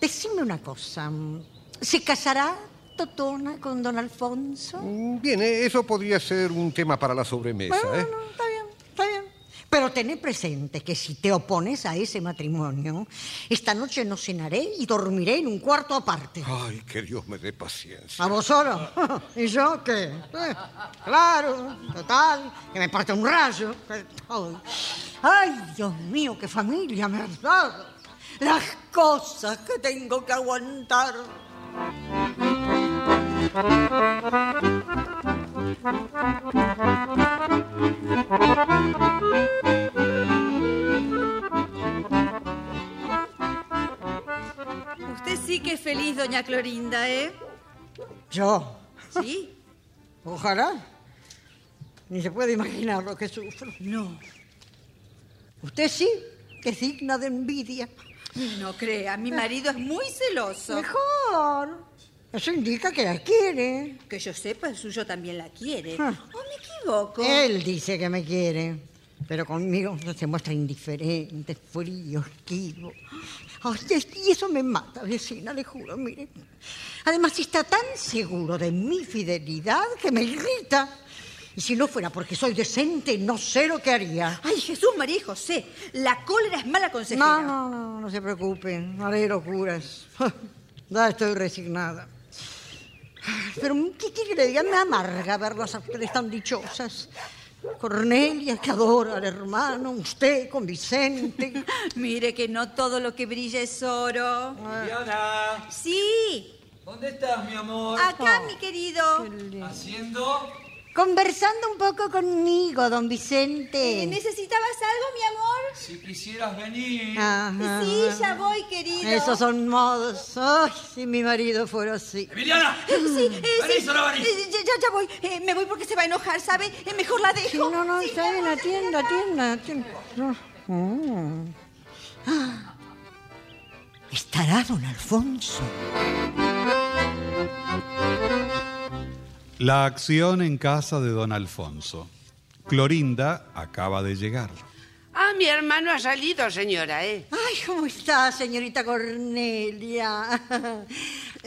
[SPEAKER 7] Decime una cosa. mm, ¿Se casará Totona con don Alfonso?
[SPEAKER 9] Mm, Bien, eh, eso podría ser un tema para la sobremesa, ¿eh?
[SPEAKER 7] Bueno, está bien, está bien. Pero tené presente que si te opones a ese matrimonio, esta noche no cenaré y dormiré en un cuarto aparte.
[SPEAKER 9] Ay, que Dios me dé paciencia.
[SPEAKER 7] ¿A vos solo? ¿Y yo qué? Eh, claro, total, que me parte un rayo. Ay, Ay, Dios mío, qué familia me has dado. Las cosas que tengo que aguantar.
[SPEAKER 11] Usted sí que es feliz, doña Clorinda, ¿eh?
[SPEAKER 7] Yo,
[SPEAKER 11] ¿Sí?
[SPEAKER 7] ojalá. Ni se puede imaginar lo que sufro.
[SPEAKER 11] No.
[SPEAKER 7] Usted sí, que es digna de envidia.
[SPEAKER 11] No crea, mi marido es muy celoso.
[SPEAKER 7] Mejor. Eso indica que la quiere.
[SPEAKER 11] Que yo sepa, el suyo también la quiere. ¿O
[SPEAKER 7] Ah.
[SPEAKER 11] me equivoco?
[SPEAKER 7] Él dice que me quiere, pero conmigo se muestra indiferente, frío, esquivo. Ay, y eso me mata, vecina, le juro, mire. Además, está tan seguro de mi fidelidad que me irrita. Y si no fuera porque soy decente, no sé lo que haría.
[SPEAKER 11] Ay, Jesús, María y José, la cólera es mala consejera.
[SPEAKER 7] No, no, no, no se preocupen, no haré locuras. Ya estoy resignada. Pero ¿qué quiere que le diga? Me amarga verlas a ustedes tan dichosas. Cornelia, que adora al hermano, usted con Vicente.
[SPEAKER 11] Mire que no todo lo que brilla es oro.
[SPEAKER 12] Diana,
[SPEAKER 11] Sí,
[SPEAKER 12] ¿dónde estás, mi amor?
[SPEAKER 7] Oh.
[SPEAKER 11] acá, mi querido.
[SPEAKER 12] Haciendo
[SPEAKER 7] conversando un poco conmigo, don
[SPEAKER 11] Eh,
[SPEAKER 7] Vicente.
[SPEAKER 11] ¿Necesitabas algo, mi amor?
[SPEAKER 12] Si quisieras venir.
[SPEAKER 7] Ajá.
[SPEAKER 11] Sí, ya voy, querido.
[SPEAKER 7] Esos son modos. Ay, si mi marido fuera así.
[SPEAKER 12] ¡Emiliana!
[SPEAKER 11] Eh, Sí, eh,
[SPEAKER 12] Vení,
[SPEAKER 11] sí.
[SPEAKER 12] Solari.
[SPEAKER 11] Eh, ya, ya- ya voy. Eh, me voy porque se va a enojar, ¿sabe? Eh, mejor la dejo.
[SPEAKER 7] Sí, no, no, está bien, atienda, atienda, atienda. No. Mm. Ah. ¿Estará don Alfonso?
[SPEAKER 3] La acción en casa de don Alfonso. Clorinda acaba de llegar.
[SPEAKER 13] Ah, mi hermano ha salido, señora, ¿eh?
[SPEAKER 7] Ay, ¿cómo está, señorita Cornelia?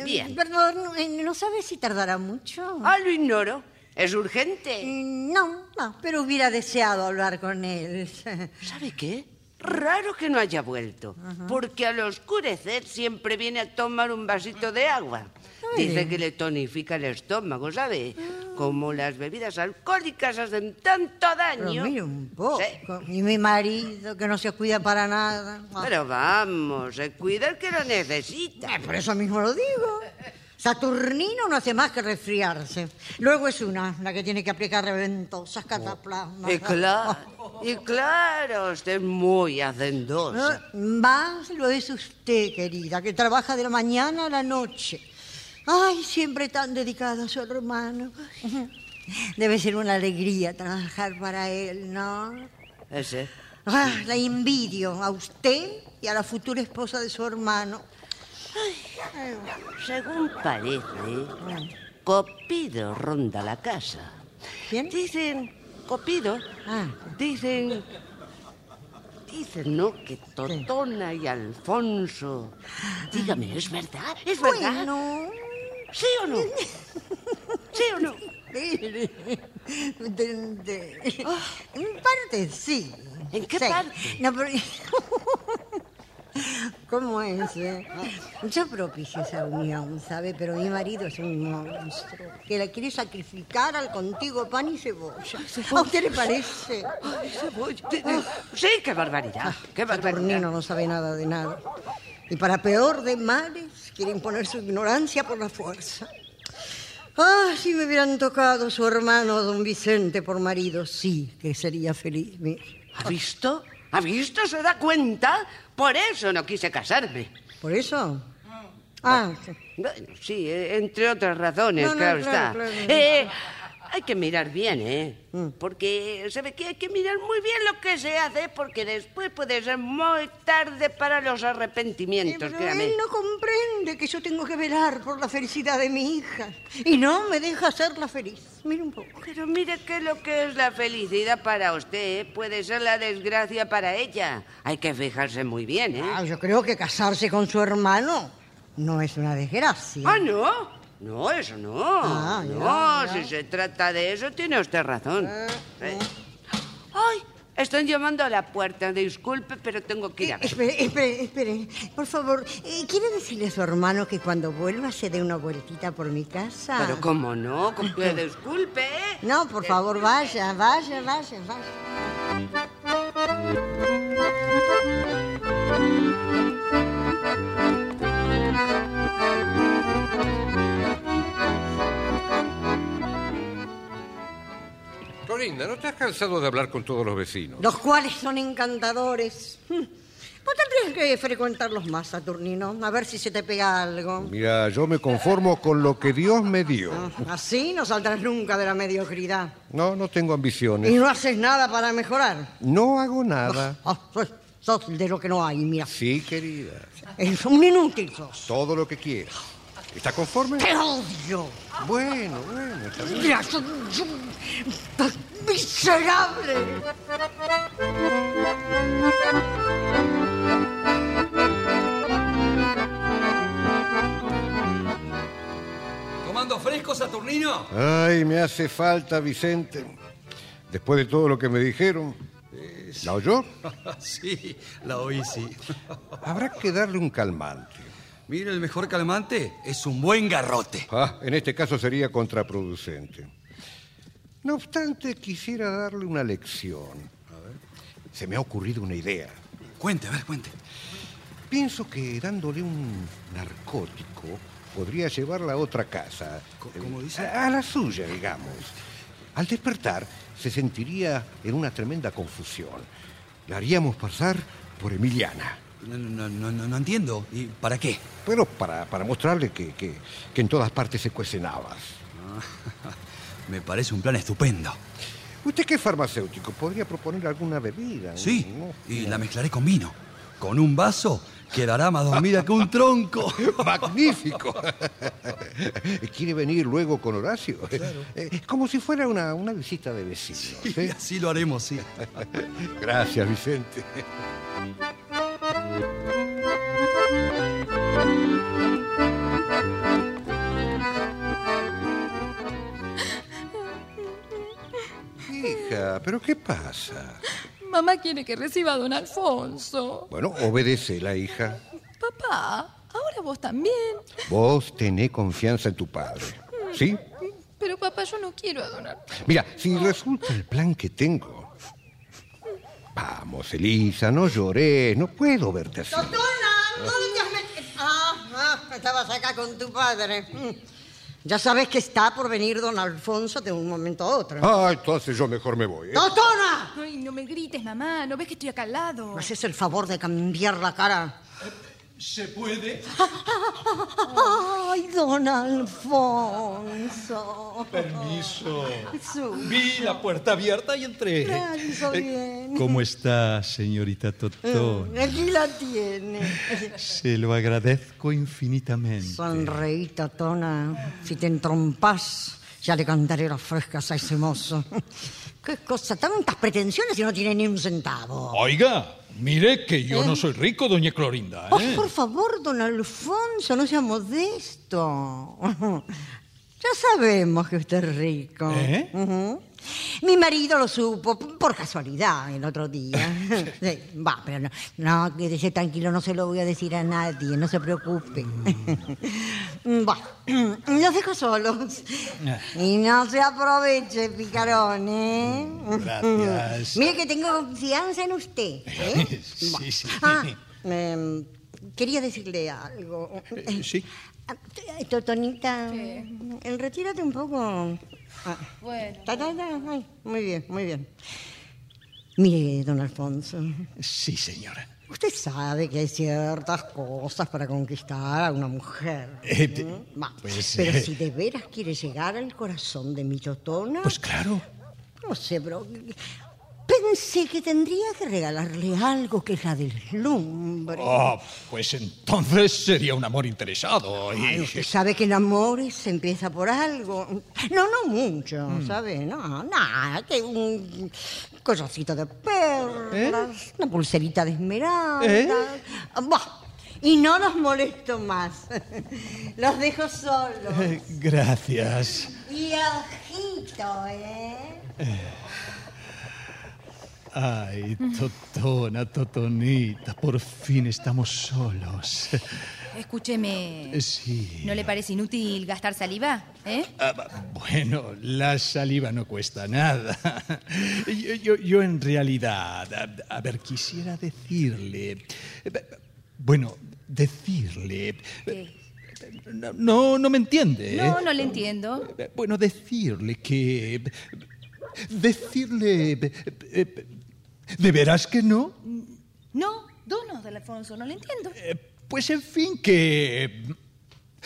[SPEAKER 13] Bien.
[SPEAKER 7] Perdón, eh, ¿no sabe si tardará mucho?
[SPEAKER 13] Ah, lo ignoro. ¿Es urgente?
[SPEAKER 7] Mm, No, no, pero hubiera deseado hablar con él.
[SPEAKER 13] ¿Sabe qué? Raro que no haya vuelto, porque al oscurecer siempre viene a tomar un vasito de agua.
[SPEAKER 7] Ay. Ah.
[SPEAKER 13] Dice que le tonifica el estómago, ¿sabe? Como las bebidas alcohólicas hacen tanto
[SPEAKER 7] Pero
[SPEAKER 13] daño.
[SPEAKER 7] mire un poco. Y mi marido, que no se cuida para nada. Ah,
[SPEAKER 13] Pero vamos, se cuida el que lo necesita.
[SPEAKER 7] Eh, Por eso mismo lo digo. Saturnino no hace más que resfriarse. Luego es una, la que tiene que aplicar reventosas cataplasmas.
[SPEAKER 13] Y claro, y claro, usted es muy hacendosa.
[SPEAKER 7] Ah, Más lo es usted, querida, que trabaja de la mañana a la noche. Ay, siempre tan dedicada a su hermano. Debe ser una alegría trabajar para él, ¿no?
[SPEAKER 13] Ese.
[SPEAKER 7] Ah, la envidio a usted y a la futura esposa de su hermano.
[SPEAKER 13] Según parece,
[SPEAKER 7] Ah.
[SPEAKER 13] Copido ronda la casa. Dicen, Copido,
[SPEAKER 7] Ah.
[SPEAKER 13] dicen, dicen, ¿no? Que Totona y Alfonso. Dígame, ¿es verdad? ¿Es verdad?
[SPEAKER 7] Bueno.
[SPEAKER 13] ¿Sí o no? ¿Sí o no?
[SPEAKER 7] Mire, de- de- En parte sí.
[SPEAKER 13] ¿En qué
[SPEAKER 7] Sí.
[SPEAKER 13] parte?
[SPEAKER 7] No, pero- ¿Cómo es? eh? Yo propicié esa unión, ¿sabe? Pero mi marido es un monstruo que la quiere sacrificar al contigo pan y cebolla. ¿A usted le parece?
[SPEAKER 13] Sí, qué barbaridad. Qué barbaridad.
[SPEAKER 7] Saturnino no sabe nada de nada. Y para peor de males, quiere imponer su ignorancia por la fuerza. Ah, si me hubieran tocado su hermano, don Vicente, por marido, sí que sería feliz. mire.
[SPEAKER 13] ¿Ha visto? ¿Ha visto? ¿Se da cuenta? Por eso no quise casarme.
[SPEAKER 7] ¿Por eso? Ah, sí.
[SPEAKER 13] Mm. Bueno, sí, eh, entre otras razones,
[SPEAKER 7] No, no,
[SPEAKER 13] claro, está.
[SPEAKER 7] claro, claro.
[SPEAKER 13] Eh, hay que mirar bien, ¿eh? Porque, ¿sabe qué? Hay que mirar muy bien lo que se hace, porque después puede ser muy tarde para los arrepentimientos,
[SPEAKER 7] Pero
[SPEAKER 13] créame.
[SPEAKER 7] él no comprende que yo tengo que velar por la felicidad de mi hija. Y no me deja hacerla feliz. Mire un poco.
[SPEAKER 13] Pero mire que lo que es la felicidad para usted ¿eh? puede ser la desgracia para ella. Hay que fijarse muy bien, ¿eh?
[SPEAKER 7] Ah, yo creo que casarse con su hermano no es una desgracia.
[SPEAKER 13] Ah, no. No, eso no.
[SPEAKER 7] Ah,
[SPEAKER 13] no,
[SPEAKER 7] ya, ya. Ah,
[SPEAKER 13] si se trata de eso, tiene usted razón. Eh. ¡Ay! Están llamando a la puerta. Disculpe, pero tengo que ir a ver.
[SPEAKER 7] Espere, espere, espere. Por favor, eh, ¿quiere decirle a su hermano que cuando vuelva se dé una vueltita por mi casa?
[SPEAKER 13] Pero cómo no, con que disculpe, ¿eh?
[SPEAKER 7] No, por favor, vaya, vaya, vaya, vaya.
[SPEAKER 9] Clorinda, ¿no estás cansado de hablar con todos los vecinos?
[SPEAKER 7] Los cuales son encantadores. Hmm. Vos tendrías que frecuentarlos más, Saturnino, a ver si se te pega algo.
[SPEAKER 9] Mira, yo me conformo con lo que Dios me dio.
[SPEAKER 7] Así no saldrás nunca de la mediocridad.
[SPEAKER 9] No, no tengo
[SPEAKER 7] Y
[SPEAKER 9] ambiciones.
[SPEAKER 7] no haces nada para mejorar.
[SPEAKER 9] No hago nada.
[SPEAKER 7] Ah, sos, sos de lo que no hay, mira.
[SPEAKER 9] Sí, querida.
[SPEAKER 7] Es un inútil sos.
[SPEAKER 9] Todo lo que quieras. ¿Estás conforme?
[SPEAKER 7] Te odio.
[SPEAKER 9] Bueno, bueno, está bien.
[SPEAKER 7] Mira, sos un sos miserable.
[SPEAKER 12] ¿Tomando fresco, Saturnino?
[SPEAKER 9] Ay, me hace falta, Vicente. Después de todo lo que me dijeron.
[SPEAKER 14] Eh,
[SPEAKER 9] ¿La oyó?
[SPEAKER 12] sí, la oí, sí.
[SPEAKER 9] Habrá que darle un calmante.
[SPEAKER 12] Mira, el mejor calmante es un buen garrote.
[SPEAKER 9] Ah, en este caso sería contraproducente. No obstante, quisiera darle una lección. Se me ha ocurrido una idea.
[SPEAKER 12] Cuente, a ver, cuente.
[SPEAKER 9] Pienso que dándole un narcótico podría llevarla a otra casa.
[SPEAKER 12] ¿Cómo dice?
[SPEAKER 9] A, a la suya, digamos. Al despertar, se sentiría en una tremenda confusión. La haríamos pasar por Emiliana.
[SPEAKER 14] No, no, no, no, no entiendo. ¿Y para qué?
[SPEAKER 9] Pero para, para mostrarle que, que- que en todas partes se cuecen habas.
[SPEAKER 14] Me parece un plan estupendo.
[SPEAKER 9] ¿Usted qué es farmacéutico? ¿Podría proponer alguna bebida?
[SPEAKER 14] Sí, y la mezclaré con vino. Con un vaso quedará más dormida que un tronco.
[SPEAKER 9] ¡Magnífico! ¿Quiere venir luego con Horacio? Eh, como si fuera una, una visita de vecinos. ¿eh?
[SPEAKER 14] Así lo haremos, sí.
[SPEAKER 9] Gracias, Vicente. Hija, ¿pero qué pasa?
[SPEAKER 15] Mamá quiere que reciba a don Alfonso.
[SPEAKER 9] Bueno, obedece la hija.
[SPEAKER 15] Papá, ahora vos también.
[SPEAKER 9] Vos tenés confianza en tu padre. ¿Sí?
[SPEAKER 15] Pero papá, yo no quiero a don Alfonso.
[SPEAKER 9] Mira, si resulta el plan que tengo. Vamos, Elisa, no llores, no puedo verte así.
[SPEAKER 7] Doctora, no digas me... Ah, ah, estabas acá con tu padre. Mm. Ya sabes que está por venir don Alfonso de un momento a otro.
[SPEAKER 6] Oh.
[SPEAKER 9] Ah, entonces yo mejor me voy. ¿eh?
[SPEAKER 7] ¡Doctora!
[SPEAKER 5] Ay, no me grites, mamá. ¿No ves que estoy acá al lado?
[SPEAKER 7] ¿Me haces el favor de cambiar la cara?
[SPEAKER 6] ¿Se puede?
[SPEAKER 7] ¡Ay, don Alfonso!
[SPEAKER 6] Permiso.
[SPEAKER 7] Su-
[SPEAKER 6] Vi la puerta abierta y entré.
[SPEAKER 7] Ay, hizo
[SPEAKER 6] Eh,
[SPEAKER 7] bien.
[SPEAKER 6] ¿Cómo está, señorita Totón?
[SPEAKER 7] Eh, Aquí la tiene.
[SPEAKER 6] Se lo agradezco infinitamente.
[SPEAKER 7] Sonreí, Tona. Si te entrompás, ya le cantaré las frescas a ese mozo. Qué cosa, tantas pretensiones y no tiene ni un centavo.
[SPEAKER 1] Oiga, mire que yo no soy rico, doña Clorinda. ¿eh?
[SPEAKER 7] Ay, por favor, don Alfonso, no sea modesto. Ya sabemos que usted es rico.
[SPEAKER 1] ¿Eh?
[SPEAKER 7] Ujú. Mi marido lo supo p- por casualidad el otro día. Sí, Va, pero no, no, quédese tranquilo, no se lo voy a decir a nadie, no se preocupe. Bueno, los dejo solos. Y no se aproveche, picarón, ¿eh?
[SPEAKER 12] Gracias.
[SPEAKER 7] Mire que tengo confianza en usted. ¿eh?
[SPEAKER 12] Sí, sí.
[SPEAKER 7] Ah, em, quería decirle algo.
[SPEAKER 1] Eh, Sí.
[SPEAKER 7] Eh, Totonita, eh, retírate un poco. Ah,
[SPEAKER 5] Bueno.
[SPEAKER 7] ta, ta, ta, ay, muy bien, muy bien. Mire, don Alfonso,
[SPEAKER 1] Sí, señora.
[SPEAKER 7] usted sabe que hay ciertas cosas para conquistar a una mujer.
[SPEAKER 1] Eh,
[SPEAKER 7] ¿no?
[SPEAKER 1] te-
[SPEAKER 7] Va,
[SPEAKER 1] pues,
[SPEAKER 7] pero
[SPEAKER 1] eh.
[SPEAKER 7] si de veras quiere llegar al corazón de mi Totona... Pues
[SPEAKER 1] claro.
[SPEAKER 7] No sé, pero... Pensé que tendría que regalarle algo que la deslumbre.
[SPEAKER 1] Ah, pues entonces sería un amor interesado. y-
[SPEAKER 7] Ay, Ah, usted sabe que el amor se empieza por algo. No, no mucho,
[SPEAKER 1] Mm.
[SPEAKER 7] ¿sabe? No, nada, que un collarcito de perlas, una pulserita de esmeralda.
[SPEAKER 12] ¿Eh?
[SPEAKER 7] Bah, y no los molesto más. Los dejo solos.
[SPEAKER 1] Eh, Gracias.
[SPEAKER 7] Y ojito, ¿eh?
[SPEAKER 1] Ay, Totona, Totonita, por fin estamos solos.
[SPEAKER 5] Escúcheme.
[SPEAKER 1] Eh, Sí.
[SPEAKER 5] ¿No le parece inútil gastar saliva? ¿Eh?
[SPEAKER 1] Ah, ba- Bueno, la saliva no cuesta nada. Yo, yo- yo en realidad, a, a ver, quisiera decirle, eh, b- bueno, decirle, no, no, no me entiende.
[SPEAKER 5] No, no le entiendo.
[SPEAKER 1] Eh, Bueno, decirle que, decirle, eh, eh, ¿de veras que no?
[SPEAKER 5] No, donos del Alfonso, no le entiendo.
[SPEAKER 1] Pues en fin que,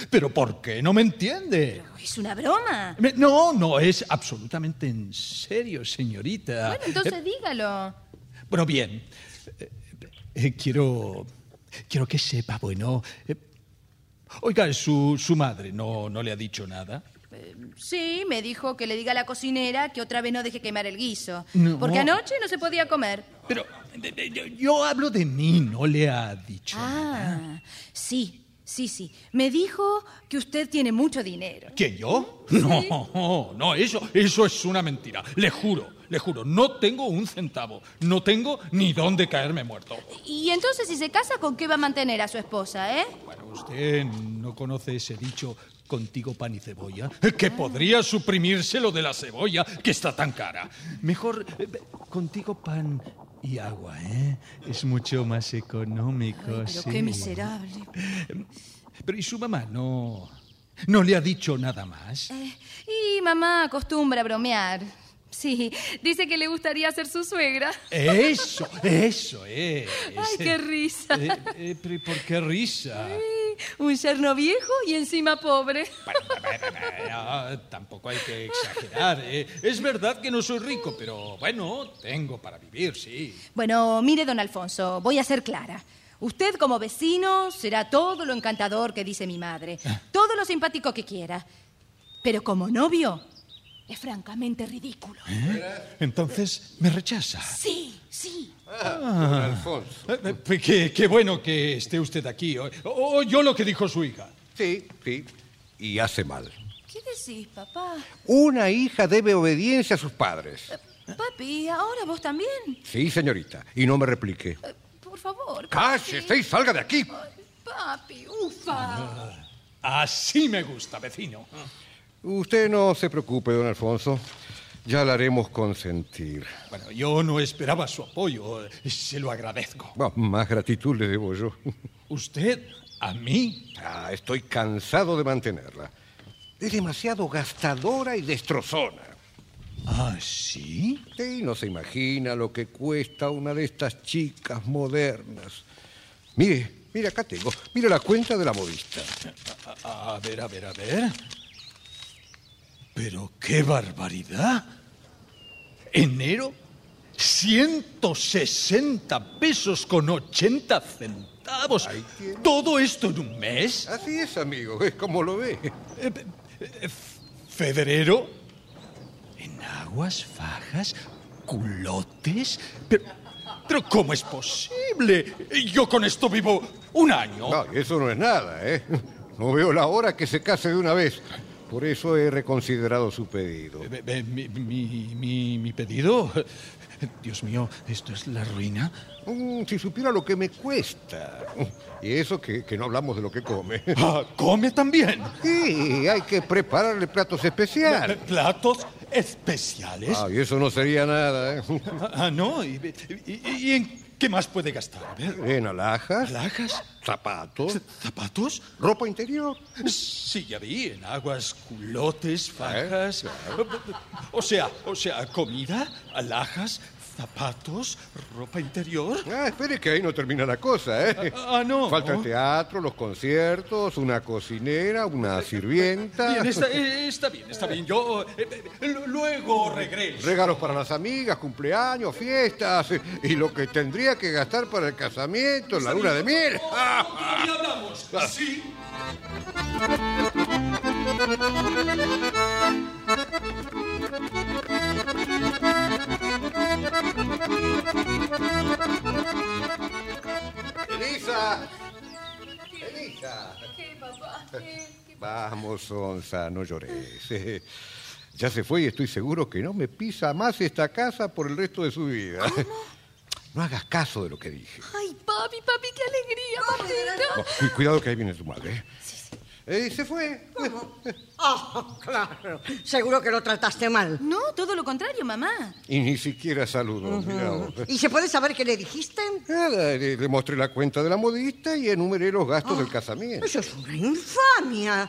[SPEAKER 1] pero ¿por qué no me entiende?
[SPEAKER 5] Es una broma.
[SPEAKER 1] Me- No, no, es absolutamente en serio, señorita.
[SPEAKER 5] Bueno, entonces
[SPEAKER 1] Eh,
[SPEAKER 5] dígalo.
[SPEAKER 1] bueno, bien. Eh, eh, quiero. Quiero que sepa, bueno. eh, oiga, su, su madre no, no le ha dicho nada.
[SPEAKER 5] Eh, Sí, me dijo que le diga a la cocinera que otra vez no deje quemar el guiso.
[SPEAKER 1] No.
[SPEAKER 5] Porque anoche no se podía comer.
[SPEAKER 1] Pero eh, eh, yo, yo hablo de mí, no le ha dicho.
[SPEAKER 5] Ah, sí, sí, sí. Me dijo que usted tiene mucho dinero.
[SPEAKER 1] ¿Que yo? No, no, eso, eso es una mentira. Le juro, le juro, no tengo un centavo. No tengo ni dónde caerme muerto.
[SPEAKER 5] Y entonces, si se casa, ¿con qué va a mantener a su esposa, eh?
[SPEAKER 1] ¿Usted no conoce ese dicho contigo pan y cebolla? Que podría suprimírselo de la cebolla que está tan cara. Mejor eh, contigo pan y agua, ¿eh? Es mucho más económico,
[SPEAKER 5] Pero qué miserable.
[SPEAKER 1] Pero ¿y su mamá no no le ha dicho nada más?
[SPEAKER 5] Y mamá Eh, acostumbra a bromear.
[SPEAKER 15] Sí, dice que le gustaría ser su suegra.
[SPEAKER 1] Eso, eso es.
[SPEAKER 15] Ay, qué risa.
[SPEAKER 1] Eh, eh, pero ¿y ¿Por qué risa?
[SPEAKER 15] Un yerno viejo y encima pobre.
[SPEAKER 1] No, tampoco hay que exagerar. eh. Es verdad que no soy rico, pero bueno, tengo para vivir, sí.
[SPEAKER 5] Bueno, mire, don Alfonso, voy a ser clara. Usted como vecino será todo lo encantador que dice mi madre,
[SPEAKER 9] Ah.
[SPEAKER 5] todo lo simpático que quiera. Pero como novio, es francamente ridículo.
[SPEAKER 1] ¿Eh? Entonces, ¿me rechaza?
[SPEAKER 5] Sí, sí.
[SPEAKER 1] Ah. Eh, eh, Qué, qué bueno que esté usted aquí. O- o- o yo lo que dijo su hija.
[SPEAKER 9] Sí, sí. Y hace mal.
[SPEAKER 5] ¿Qué decís, papá?
[SPEAKER 9] Una hija debe obediencia a sus padres.
[SPEAKER 5] Papi, ahora vos también. Eh,
[SPEAKER 9] Sí, señorita. Y no me replique.
[SPEAKER 15] Por favor.
[SPEAKER 9] ¡Cállese y salga de aquí!
[SPEAKER 15] Papi, ufa.
[SPEAKER 1] Así me gusta, vecino.
[SPEAKER 9] Usted no se preocupe, don Alfonso. Ya la haremos consentir.
[SPEAKER 1] Bueno, yo no esperaba su apoyo. Se lo agradezco.
[SPEAKER 9] Bueno, más gratitud le debo yo.
[SPEAKER 1] ¿Usted? ¿A mí?
[SPEAKER 9] Ah, estoy cansado de mantenerla. Es demasiado gastadora y destrozona.
[SPEAKER 1] ¿Ah, sí?
[SPEAKER 9] Sí, no se imagina lo que cuesta una de estas chicas modernas. Mire, mire, acá tengo. Mire la cuenta de la modista.
[SPEAKER 1] A, a ver, a ver, a ver. Pero qué barbaridad. Enero, 160 pesos con 80 centavos. Todo esto en un mes. Eh,
[SPEAKER 9] Así es, amigo, es como lo ve.
[SPEAKER 1] Febrero, enaguas, fajas, culotes. Pero, pero ¿cómo es posible? Yo con esto vivo un año.
[SPEAKER 9] No, eso no es nada, ¿eh? No veo la hora que se case de una vez. Por eso he reconsiderado su pedido.
[SPEAKER 1] Eh, eh, Mi, mi- mi- mi pedido. Dios mío, esto es la ruina.
[SPEAKER 9] Mm, si supiera lo que me cuesta. Y eso que, que no hablamos de lo que come.
[SPEAKER 1] Ah, ¿Come también?
[SPEAKER 9] Sí, hay que prepararle platos especiales.
[SPEAKER 1] ¿Platos especiales?
[SPEAKER 9] Ah, y eso no sería nada, ¿eh?
[SPEAKER 1] Ah, no. ¿Y, y- y en qué más puede gastar? A ver.
[SPEAKER 9] En alhajas,
[SPEAKER 1] ¿Alhajas?
[SPEAKER 9] zapatos,
[SPEAKER 1] ¿Zapatos?
[SPEAKER 9] ropa interior.
[SPEAKER 1] Sí, ya vi. Enaguas, culotes, fajas. O sea, o sea, comida, alhajas, zapatos, ropa interior.
[SPEAKER 9] Ah, espere que ahí no termina la cosa, ¿eh?
[SPEAKER 1] Ah, ah, no.
[SPEAKER 9] Falta el teatro, los conciertos, una cocinera, una sirvienta.
[SPEAKER 1] Bien, está, eh, está bien, está bien. Yo eh, eh, luego regreso.
[SPEAKER 9] Regalos para las amigas, cumpleaños, fiestas eh, y lo que tendría que gastar para el casamiento, la luna de miel.
[SPEAKER 1] Y hablamos. Sí.
[SPEAKER 9] Elisa, Elisa.
[SPEAKER 15] ¿Qué, papá? ¿Qué?
[SPEAKER 9] Vamos, Onza, no llores. Eh, Ya se fue y estoy seguro que no me pisa más esta casa por el resto de su vida. No hagas caso de lo que dije.
[SPEAKER 15] Ay, papi, papi, qué alegría, papita.
[SPEAKER 9] No, cu- cuidado que ahí viene tu madre. ¿eh? Eh, se fue.
[SPEAKER 7] Ah, claro. Seguro que lo trataste mal.
[SPEAKER 5] No, todo lo contrario, mamá.
[SPEAKER 9] Y ni siquiera saludo. mirá vos.
[SPEAKER 7] ¿Y se puede saber qué le dijiste?
[SPEAKER 9] Nada, le, le mostré la cuenta de la modista y enumeré los gastos del casamiento.
[SPEAKER 7] Eso es una infamia.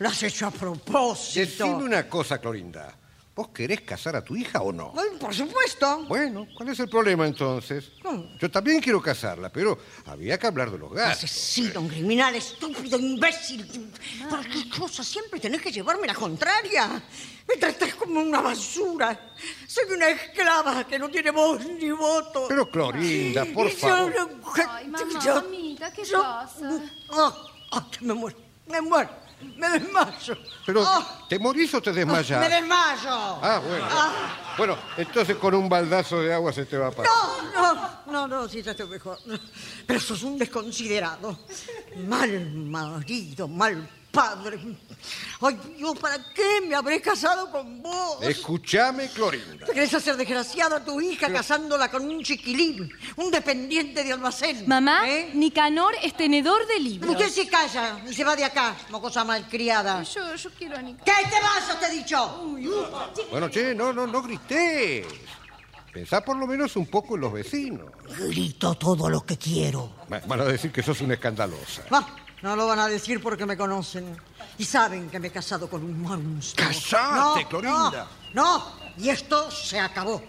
[SPEAKER 7] Lo has hecho a propósito.
[SPEAKER 9] Decime una cosa, Clorinda. ¿Vos querés casar a tu hija o no?
[SPEAKER 7] Ay, Por supuesto.
[SPEAKER 9] Bueno, ¿cuál es el problema entonces?
[SPEAKER 7] ¿Cómo?
[SPEAKER 9] Yo también quiero casarla, pero había que hablar de los gastos.
[SPEAKER 7] Asesino, un criminal, estúpido, imbécil. ¿Por qué cosa siempre tenés que llevarme la contraria? Me tratás como una basura. Soy una esclava que no tiene voz ni voto.
[SPEAKER 9] Pero Clorinda, por
[SPEAKER 7] Y yo
[SPEAKER 9] favor.
[SPEAKER 7] no-
[SPEAKER 15] Ay, mamá, mamita, ¿qué
[SPEAKER 7] yo-
[SPEAKER 15] pasa?
[SPEAKER 7] Ah, ah, que me muero, me muero, me desmayo.
[SPEAKER 9] Pero,
[SPEAKER 7] Ah,
[SPEAKER 9] ¿te morís o te
[SPEAKER 7] me
[SPEAKER 9] desmayás?
[SPEAKER 7] desmayo.
[SPEAKER 9] Ah, bueno.
[SPEAKER 7] Ah,
[SPEAKER 9] Bueno, entonces con un baldazo de agua se te va a pasar.
[SPEAKER 7] no, no, no, no, sí, ya estoy mejor. Pero sos un desconsiderado. Mal marido, mal padre. Ay, Dios, ¿para qué me habré casado con vos?
[SPEAKER 9] Escúchame, Clorinda.
[SPEAKER 7] ¿Te querés hacer desgraciada a tu hija casándola con un chiquilín, un dependiente de almacén?
[SPEAKER 5] Mamá,
[SPEAKER 7] ¿Eh?
[SPEAKER 5] Nicanor es tenedor de libros.
[SPEAKER 7] Usted se calla y se va de acá, mocosa malcriada.
[SPEAKER 15] Yo, yo quiero a Nicanor.
[SPEAKER 7] ¿Qué te vas, te he dicho?
[SPEAKER 9] Bueno, che, no, no, no grites. Pensá por lo menos un poco en los vecinos.
[SPEAKER 7] Grito todo lo que quiero.
[SPEAKER 9] Va- Van a decir que sos una escandalosa.
[SPEAKER 7] Ah, no lo van a decir porque me conocen. Y saben que me he casado con un monstruo.
[SPEAKER 9] ¡Casate,
[SPEAKER 7] No,
[SPEAKER 9] Clorinda!
[SPEAKER 7] No, no, Y esto se acabó.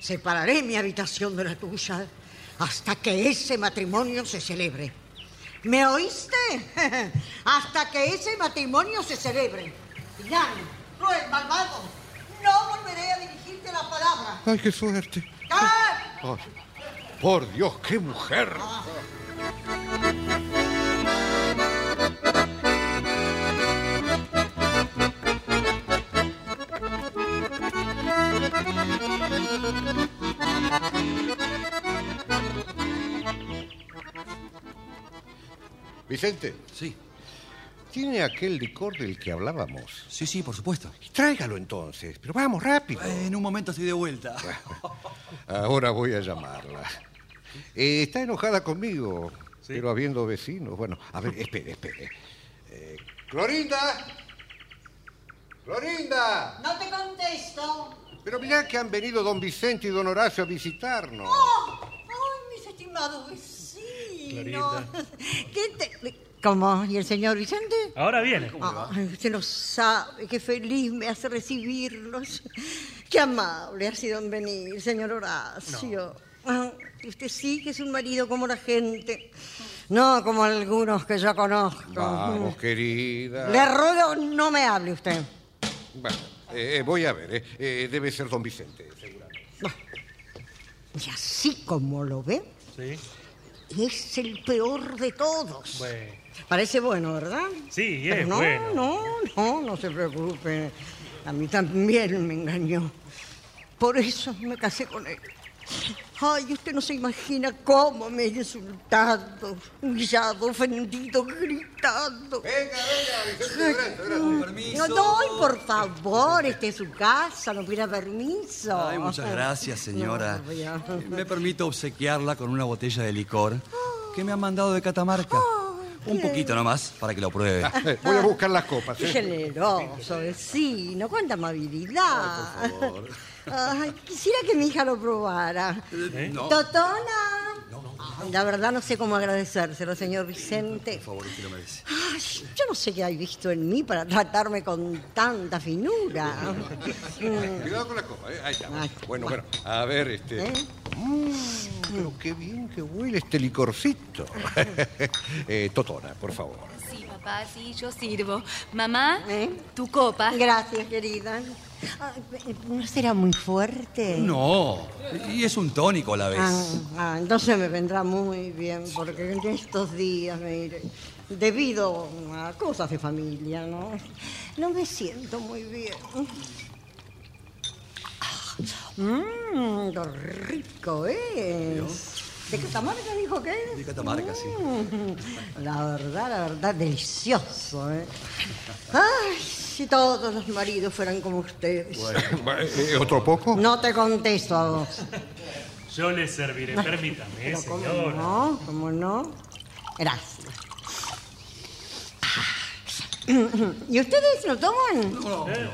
[SPEAKER 7] Separaré mi habitación de la tuya hasta que ese matrimonio se celebre. ¿Me oíste? hasta que ese matrimonio se celebre. Ignán, cruel, malvado, no volveré a dirigirte la palabra.
[SPEAKER 9] ¡Ay, qué suerte!
[SPEAKER 7] ¡Ah!
[SPEAKER 9] Ay, por Dios, qué mujer. Vicente.
[SPEAKER 14] Sí.
[SPEAKER 9] ¿Tiene aquel licor del que hablábamos?
[SPEAKER 14] Sí, sí, por supuesto.
[SPEAKER 9] Tráigalo entonces, pero vamos rápido.
[SPEAKER 14] En un momento estoy de vuelta.
[SPEAKER 9] Ahora voy a llamarla. Eh, está enojada conmigo, pero habiendo vecinos. Bueno, a ver, espere, espere. Eh, Clorinda. Clorinda.
[SPEAKER 7] No te contesto.
[SPEAKER 9] Pero mirá que han venido don Vicente y don Horacio a visitarnos.
[SPEAKER 7] ¡Oh! ¡Ay, mis estimados vecinos!
[SPEAKER 9] Clorinda.
[SPEAKER 7] ¿Qué te- ¿Cómo? ¿Y el señor Vicente? Ah,
[SPEAKER 10] Ahora viene.
[SPEAKER 7] Ay, usted no sabe qué feliz me hace recibirlos. Qué amable ha sido en venir, señor Horacio. Ah, Usted sí que es un marido como la gente, no como algunos que yo conozco. Mm.
[SPEAKER 9] Vamos, querida.
[SPEAKER 7] Le ruego, no me hable usted.
[SPEAKER 9] Bueno, eh, voy a ver. eh. Eh, debe ser don Vicente, seguramente.
[SPEAKER 7] Y así como lo ve,
[SPEAKER 10] Sí.
[SPEAKER 7] es el peor de todos.
[SPEAKER 10] Bueno.
[SPEAKER 7] Parece bueno, ¿verdad?
[SPEAKER 10] Sí,
[SPEAKER 7] Pero
[SPEAKER 10] es
[SPEAKER 7] Pues no,
[SPEAKER 10] bueno.
[SPEAKER 7] no, no, no se preocupe. A mí también me engañó. Por eso me casé con él. Ay, usted no se imagina cómo me he insultado, humillado, ofendido, gritado.
[SPEAKER 9] Venga, venga,
[SPEAKER 7] Vicente, No, no, por favor, esta es su casa, no pida permiso.
[SPEAKER 14] Ay, muchas gracias, señora. Eh,
[SPEAKER 7] No, voy a-
[SPEAKER 14] Me permito obsequiarla con una botella de licor que me han mandado de Catamarca. Un poquito nomás para que lo pruebe.
[SPEAKER 9] Voy a buscar las copas. ¿eh?
[SPEAKER 7] Qué generoso, vecino, cuánta amabilidad. Ay, quisiera que mi hija lo probara.
[SPEAKER 14] Eh, no.
[SPEAKER 7] Totona. La verdad no sé cómo agradecérselo, señor Vicente.
[SPEAKER 14] Por favor, usted lo merece.
[SPEAKER 7] Ay, yo no sé qué hay visto en mí para tratarme con tanta finura. Mm.
[SPEAKER 9] Cuidado con la copa. eh. Ahí está. Bueno, bueno. A ver, este.
[SPEAKER 7] ¿Eh?
[SPEAKER 9] Pero qué bien que huele este licorcito. Eh, totona, por favor.
[SPEAKER 15] Sí, papá, sí, yo sirvo. Mamá, tu copa.
[SPEAKER 7] ¿Eh? Gracias, querida. Ah, eh, ¿No será muy fuerte?
[SPEAKER 14] No, pues. y es un tónico a la vez.
[SPEAKER 7] Ah, ah, entonces me vendrá muy bien, porque en estos días, mire, debido a cosas de familia, ¿no? No me siento muy bien. Mmm, lo rico es. ¿De Catamarca dijo que es?
[SPEAKER 14] De Catamarca, sí.
[SPEAKER 7] Mm, La verdad, la verdad, delicioso, ¿eh? Ay, si todos los maridos fueran como ustedes.
[SPEAKER 9] Eh, ¿Otro poco?
[SPEAKER 7] No te contesto a vos.
[SPEAKER 10] Yo le serviré, permítame, eh,
[SPEAKER 7] Pero ¿cómo
[SPEAKER 10] señora.
[SPEAKER 7] no? ¿Cómo no? Gracias. Ah. ¿Y ustedes lo toman?
[SPEAKER 10] Eh,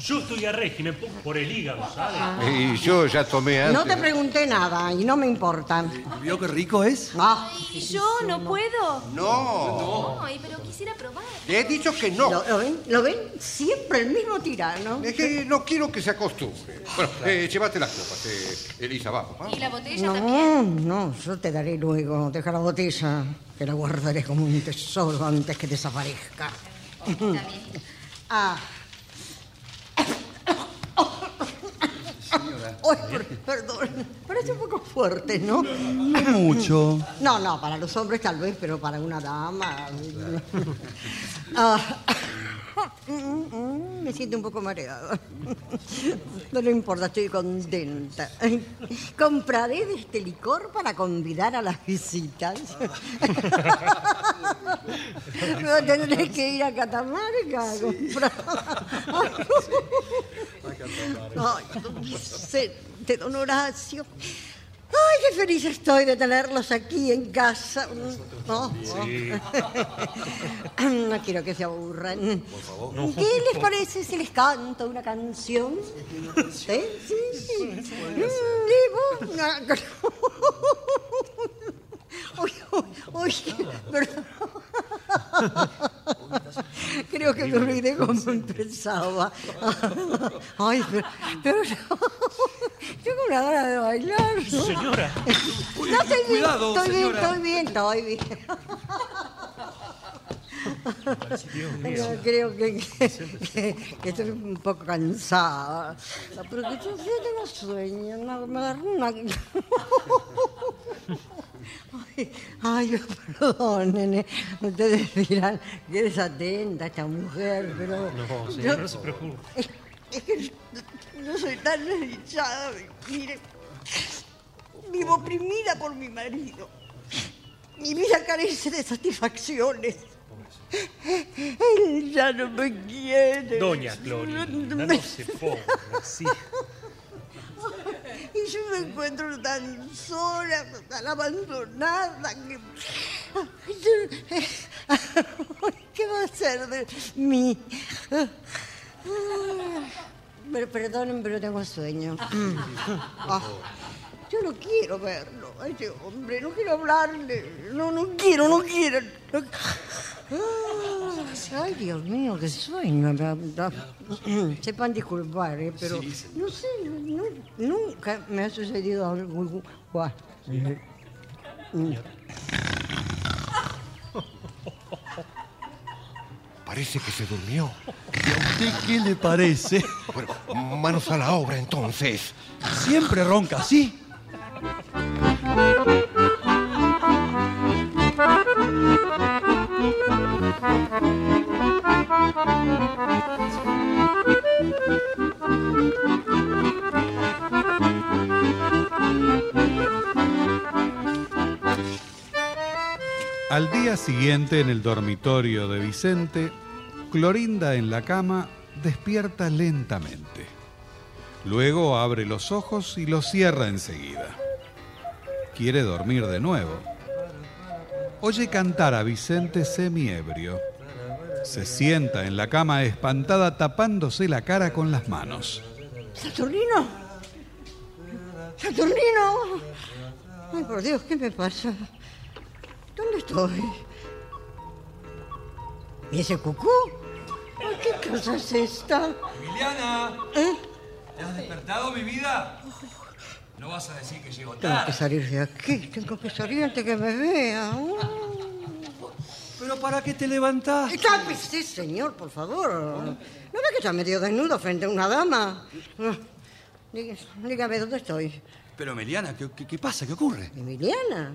[SPEAKER 10] Yo estoy a régimen po- por el hígado, ¿sabe?
[SPEAKER 9] Y yo ya tomé antes.
[SPEAKER 7] Ah. No te pregunté nada y no me importa.
[SPEAKER 14] ¿Vio qué rico es?
[SPEAKER 7] Ah,
[SPEAKER 15] ¿Y yo no puedo?
[SPEAKER 9] No.
[SPEAKER 15] Ay, pero quisiera probar.
[SPEAKER 9] Te he dicho que no.
[SPEAKER 7] ¿Lo, lo ven? ¿Lo ven? Siempre el mismo tirano.
[SPEAKER 9] Es que no quiero que se acostumbre. Bueno, eh, llévate las copas, eh, Elisa, vamos. vamos.
[SPEAKER 15] ¿Y la botella también?
[SPEAKER 7] No, no, yo te daré luego. Deja la botella, que la guardaré como un tesoro antes que desaparezca. Ah. Ay, per- perdón. Parece un poco fuerte, ¿no?
[SPEAKER 14] Mucho.
[SPEAKER 7] No, no, para los hombres tal vez, pero para una dama. Ah, mm, me siento un poco mareada. No le importa, estoy contenta. Compraré de este licor para convidar a las visitas. Luego tendré que ir a Catamarca a comprar. Ay, don Vicente, don Horacio. Ay, qué feliz estoy de tenerlos aquí en casa. No, no. No quiero que se aburran.
[SPEAKER 14] No.
[SPEAKER 7] ¿Qué les parece si les canto una canción? ¿Sí? Sí, sí. Mm, y una- Uy, uy, uy, perdón. Creo que me olvidé cómo empezaba. Ay, pero, pero yo tengo una gana de bailar. ¿no?
[SPEAKER 12] Señora.
[SPEAKER 7] No, estoy bien,
[SPEAKER 12] Cuidado,
[SPEAKER 7] estoy bien,
[SPEAKER 12] señora.
[SPEAKER 7] estoy bien, estoy bien. Pero creo que, que- que estoy un poco cansada. Pero que yo, yo tengo sueño, no, me agarró una... Ay, ay, perdonen, eh. ustedes dirán que es atenta esta mujer, pero...
[SPEAKER 12] No,
[SPEAKER 7] yo-
[SPEAKER 12] señor, no se preocupe.
[SPEAKER 7] es que no soy tan desdichada. Mire, vivo oprimida por mi marido. Mi vida carece de satisfacciones. Él ya no me quiere.
[SPEAKER 10] Doña Clorinda, no se ponga así.
[SPEAKER 7] Y yo me encuentro tan sola, tan abandonada, que... ¿Qué va a ser de mí? Pero perdonen, pero tengo sueño. Mm. Ah, yo no quiero verlo, a ese este hombre, no quiero hablarle. No, no quiero, no quiero. no- Ah, Ay, Dios mío, qué sueño. la- la- Sepan disculpar, eh, pero
[SPEAKER 12] Sí, señor.
[SPEAKER 7] no sé, no- nunca me ha sucedido algo. guau. Mm.
[SPEAKER 9] Parece que se durmió.
[SPEAKER 14] ¿Qué, qué le parece?
[SPEAKER 9] Bueno, manos a la obra entonces.
[SPEAKER 14] Siempre ronca así. Pues,
[SPEAKER 3] Al día siguiente, en el dormitorio de Vicente, Clorinda en la cama despierta lentamente. Luego abre los ojos y los cierra enseguida. Quiere dormir de nuevo. Oye cantar a Vicente semiebrio. Se sienta en la cama espantada tapándose la cara con las manos.
[SPEAKER 7] Saturnino. Saturnino. Ay, por Dios, ¿qué me pasa? ¿Dónde estoy? ¿Y ese cucú? Ay, ¿Qué cosa es esta?
[SPEAKER 14] Liliana,
[SPEAKER 7] ¿Eh?
[SPEAKER 14] ¿te has despertado, mi vida? No vas a decir que llego
[SPEAKER 7] Tengo que
[SPEAKER 14] tarde.
[SPEAKER 7] salir de aquí, tengo que salir antes que me vea.
[SPEAKER 14] ¿Pero para qué te levantás?
[SPEAKER 7] pues, sí, señor, por favor. ¿No ve que está medio desnudo frente a una dama? Ah, dí- Dígame, ¿dónde estoy?
[SPEAKER 14] Pero, Meliana, ¿qué, qué- qué pasa? ¿Qué ocurre?
[SPEAKER 7] ¿Emiliana?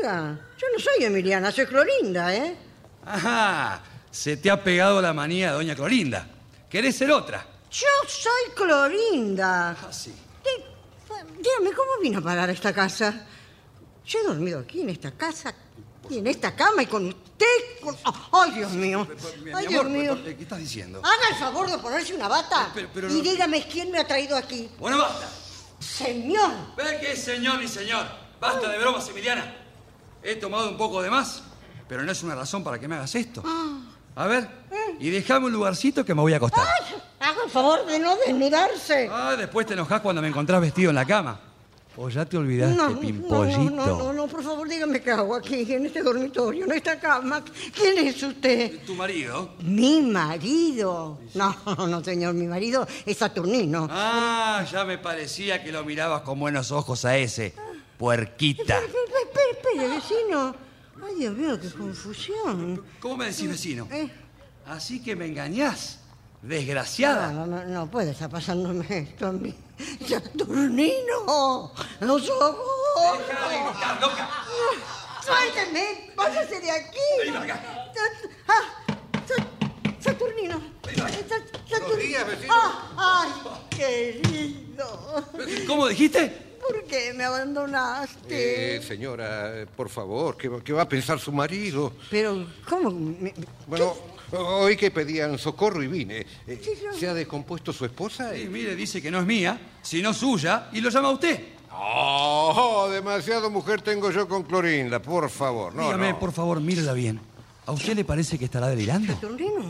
[SPEAKER 7] Oiga, yo no soy Emiliana, soy Clorinda, ¿eh?
[SPEAKER 14] Ajá, se te ha pegado la manía de Doña Clorinda. ¿Querés ser otra?
[SPEAKER 7] Yo soy Clorinda. Ah,
[SPEAKER 14] sí.
[SPEAKER 7] Dígame, ¿cómo vino a parar esta casa? Yo he dormido aquí, en esta casa, y en esta cama, y con usted. con- ¡Oh, ¡Ay, Dios mío!
[SPEAKER 14] Mi, mi
[SPEAKER 7] ¡Ay, Dios
[SPEAKER 14] amor, pues,
[SPEAKER 7] mío!
[SPEAKER 14] ¿qué estás diciendo?
[SPEAKER 7] Haga el favor de ponerse una bata y dígame quién me ha traído aquí.
[SPEAKER 14] Bueno, basta.
[SPEAKER 7] Señor,
[SPEAKER 14] Ve que es señor y señor. Basta de bromas, Emiliana. He tomado un poco de más, pero no es una razón para que me hagas esto. A ver, y dejame un lugarcito que me voy a acostar.
[SPEAKER 7] haga el favor de no desnudarse.
[SPEAKER 14] Ah, después te enojás cuando me encontrás vestido en la cama. O ya te olvidaste,
[SPEAKER 7] No, no,
[SPEAKER 14] pimpollito.
[SPEAKER 7] no, no, no, no, por favor, dígame qué hago aquí, en este dormitorio, en esta cama. ¿Quién es usted?
[SPEAKER 14] ¿Tu marido?
[SPEAKER 7] Mi marido. No, no, señor, mi marido es Saturnino.
[SPEAKER 14] Ah, ya me parecía que lo mirabas con buenos ojos a ese. Puerquita.
[SPEAKER 7] Espere, espere, espere, vecino. Ay, Dios mío, qué confusión.
[SPEAKER 14] ¿Cómo me decís, vecino?
[SPEAKER 7] Eh.
[SPEAKER 14] Así que me engañás, desgraciada.
[SPEAKER 7] No, no, no puede estar pasándome esto a mí. ¡Saturnino! ¡Los ojos! ¡Suélteme! ¡Bájese de aquí! Sat- ah, Sat- ¡Saturnino! Eh, Sat-
[SPEAKER 12] días,
[SPEAKER 7] ¡Saturnino!
[SPEAKER 12] vecino.
[SPEAKER 7] Ah, ¡Ay, querido!
[SPEAKER 14] ¿Cómo dijiste?
[SPEAKER 7] ¿Por qué me abandonaste?
[SPEAKER 9] Eh, señora, eh, por favor, ¿qué, va- qué va a pensar su marido?
[SPEAKER 7] Pero, ¿cómo? me-
[SPEAKER 9] Bueno, hoy que pedían socorro y vine. Eh,
[SPEAKER 7] Sí, yo-
[SPEAKER 9] ¿Se ha descompuesto su esposa?
[SPEAKER 14] Y mire, dice que no es mía, sino suya, y lo llama a usted.
[SPEAKER 9] Oh, demasiado mujer tengo yo con Clorinda, por favor. No,
[SPEAKER 14] Dígame,
[SPEAKER 9] no.
[SPEAKER 14] por favor, mírela bien. ¿A usted le parece que estará delirando?
[SPEAKER 7] ¿Saturnino?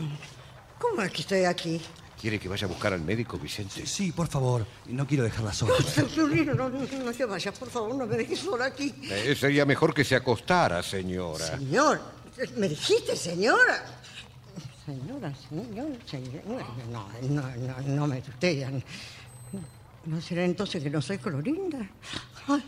[SPEAKER 7] ¿Cómo es que estoy aquí?
[SPEAKER 9] ¿Quiere que vaya a buscar al médico, Vicente?
[SPEAKER 14] Sí, por favor, no quiero dejarla sola.
[SPEAKER 7] Saturnino, no, no, no te vayas, por favor, no me dejes sola aquí.
[SPEAKER 9] Eh, sería mejor que se acostara, señora.
[SPEAKER 7] Señor, me dijiste, señora. Señora, señor, señora. No, no, no, no me tutean. ¿No será entonces que no soy colorinda? Ay,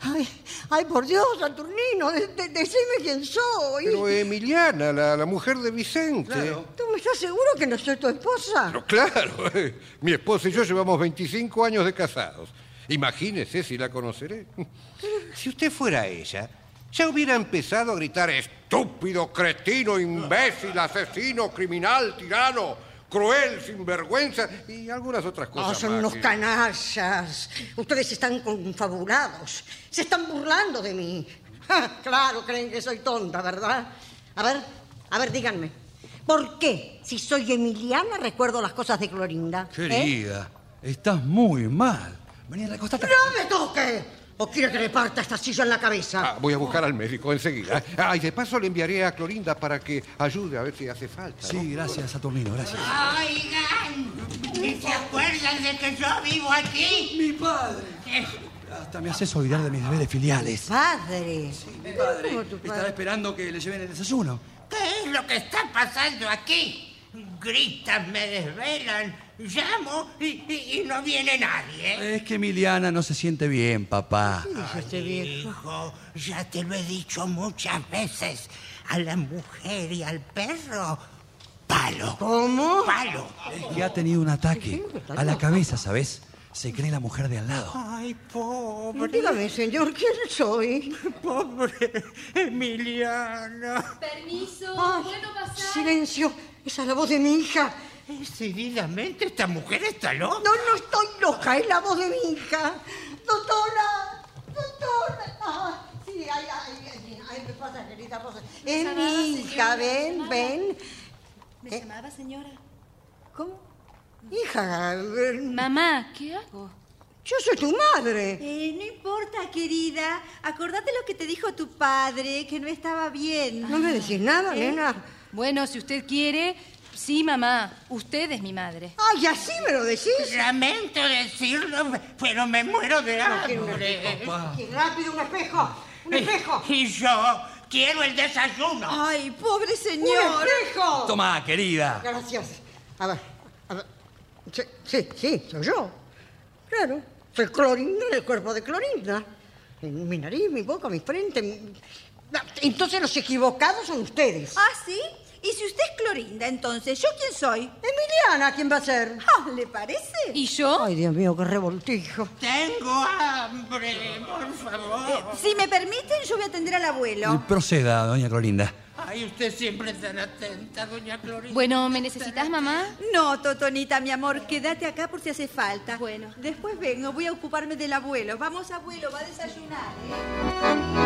[SPEAKER 7] ay, ay, por Dios, Saturnino, de- de- decime quién soy.
[SPEAKER 9] Pero eh, Emiliana, la, la mujer de Vicente.
[SPEAKER 7] ¿Tú me estás seguro que no soy tu esposa?
[SPEAKER 9] Pero claro, eh, mi esposa y yo llevamos 25 años de casados. Imagínese si la conoceré. Si usted fuera ella, ya hubiera empezado a gritar estúpido, cretino, imbécil, asesino, criminal, tirano, cruel, sinvergüenza y algunas otras
[SPEAKER 7] Ah,
[SPEAKER 9] cosas.
[SPEAKER 7] son
[SPEAKER 9] más
[SPEAKER 7] unos
[SPEAKER 9] que-
[SPEAKER 7] canallas. Ustedes están confabulados. Se están burlando de mí. Ja, claro, creen que soy tonta, ¿verdad? A ver, a ver, díganme. ¿Por qué, si soy Emiliana, recuerdo las cosas de Clorinda? ¿Eh?
[SPEAKER 14] Querida, estás muy mal. Vení, recostate.
[SPEAKER 7] ¡No me toque! ¿O quiere que le parta esta silla en la cabeza?
[SPEAKER 9] Ah, Voy a buscar al médico enseguida. Ah, y de paso le enviaré a Clorinda para que ayude a ver si hace falta.
[SPEAKER 14] Sí, gracias, Saturnino, gracias.
[SPEAKER 16] Oigan, ¿y se acuerdan de que yo vivo aquí? Mi padre.
[SPEAKER 14] Hasta me haces olvidar de mis deberes filiales.
[SPEAKER 7] Padre.
[SPEAKER 14] Mi padre estará esperando que le lleven el desayuno.
[SPEAKER 16] ¿Qué es lo que está pasando aquí? Gritan, me desvelan, llamo y, y- y no viene nadie.
[SPEAKER 14] Es que Emiliana no se siente bien, papá.
[SPEAKER 7] este
[SPEAKER 16] Ay, hijo, ya te lo he dicho muchas veces. A la mujer y al perro, palo.
[SPEAKER 7] ¿Cómo?
[SPEAKER 16] Palo.
[SPEAKER 14] Que ha tenido un ataque a la cabeza, ¿sabes? Se cree la mujer de al lado.
[SPEAKER 16] Ay, pobre.
[SPEAKER 7] Dígame, señor, ¿quién soy?
[SPEAKER 16] Pobre Emiliana.
[SPEAKER 15] Permiso,
[SPEAKER 7] Ay,
[SPEAKER 15] ¿puedo pasar?
[SPEAKER 7] Silencio, esa es la voz de mi hija.
[SPEAKER 16] Decididamente, esta mujer está loca.
[SPEAKER 7] No, no estoy loca, es la voz de mi hija. Doctora, doctora. Ah, sí, ay, ay, ay, ay, me pasa, querida Rosa. Es
[SPEAKER 15] llamaba,
[SPEAKER 7] mi hija,
[SPEAKER 15] señora,
[SPEAKER 7] ven,
[SPEAKER 15] me
[SPEAKER 7] ven.
[SPEAKER 15] ¿Me
[SPEAKER 4] Eh.
[SPEAKER 15] llamaba, señora?
[SPEAKER 7] ¿Cómo? Hija, eh,
[SPEAKER 15] Mamá, ¿qué hago?
[SPEAKER 7] yo soy tu madre.
[SPEAKER 11] Eh, no importa, querida. Acordate lo que te dijo tu padre, que no estaba bien.
[SPEAKER 7] No me decís nada,
[SPEAKER 11] ¿Eh?
[SPEAKER 7] nena.
[SPEAKER 5] Bueno, si usted quiere, sí, mamá, usted es mi madre.
[SPEAKER 7] Ay, así me lo decís.
[SPEAKER 16] Lamento decirlo, pero me muero de hambre. Eh,
[SPEAKER 7] Y rápido, un espejo, un espejo.
[SPEAKER 16] Y yo quiero el desayuno.
[SPEAKER 11] Ay, pobre
[SPEAKER 7] ¡Un
[SPEAKER 11] señor.
[SPEAKER 7] espejo!
[SPEAKER 14] Tomá, querida.
[SPEAKER 7] Gracias. A ver, a ver. Sí, sí, sí, soy yo. Claro, soy Clorinda del cuerpo de Clorinda. En Mi nariz, mi boca, mi frente. mi- No, Entonces los equivocados son ustedes.
[SPEAKER 11] ¿Ah, sí? Y si usted es Clorinda, entonces, ¿yo quién soy?
[SPEAKER 7] Emiliana, ¿quién va a ser?
[SPEAKER 11] Ah, ¿Le parece?
[SPEAKER 5] ¿Y yo?
[SPEAKER 7] Ay, Dios mío, qué revoltijo.
[SPEAKER 16] Tengo hambre, por favor.
[SPEAKER 11] Eh, Si me permiten, yo voy a atender al abuelo.
[SPEAKER 14] Proceda, doña Clorinda.
[SPEAKER 16] Ay, usted siempre tan atenta, doña Clorinda.
[SPEAKER 11] Bueno,
[SPEAKER 5] ¿me necesitas, mamá?
[SPEAKER 11] No, Totonita, mi amor, quédate acá por si hace falta. Bueno. Después vengo, voy a ocuparme del abuelo. Vamos, abuelo, va a desayunar.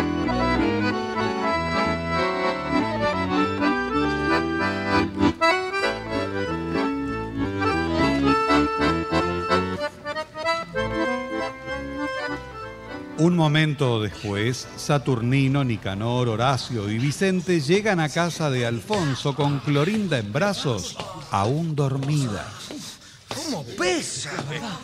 [SPEAKER 3] Un momento después, Saturnino, Nicanor, Horacio y Vicente llegan a casa de Alfonso con Clorinda en brazos, aún dormida.
[SPEAKER 9] ¿Cómo pesa?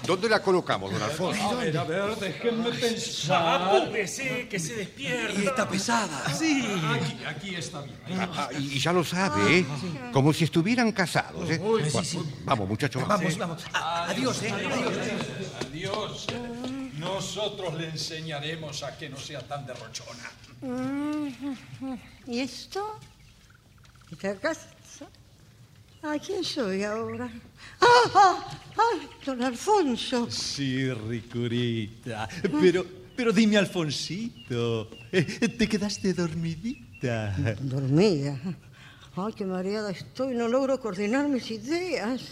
[SPEAKER 9] ¿Dónde la colocamos, don Alfonso?
[SPEAKER 10] ver, a ver, déjenme pensar. Apúrese, que se despierta. Y está pesada. Sí.
[SPEAKER 6] Aquí, aquí está bien. ahí.
[SPEAKER 9] Ah, ah, y ya lo sabe, ¿eh? Como si estuvieran casados, ¿eh?
[SPEAKER 6] Uy, sí,
[SPEAKER 9] Va-
[SPEAKER 6] sí.
[SPEAKER 9] Vamos, muchachos.
[SPEAKER 6] Sí.
[SPEAKER 14] adiós, eh,
[SPEAKER 6] Adiós. Nosotros le enseñaremos a que no sea tan derrochona.
[SPEAKER 7] Mm, ¿Y esto? ¿Esta casa? ¿A quién soy ahora? ¡Ah, ah, ah! Don Alfonso.
[SPEAKER 1] Sí, ricurita. Pero, pero dime, Alfonsito, eh, ¿te quedaste dormidita?
[SPEAKER 7] Dormida. Ay, qué mareada estoy, no logro coordinar mis ideas.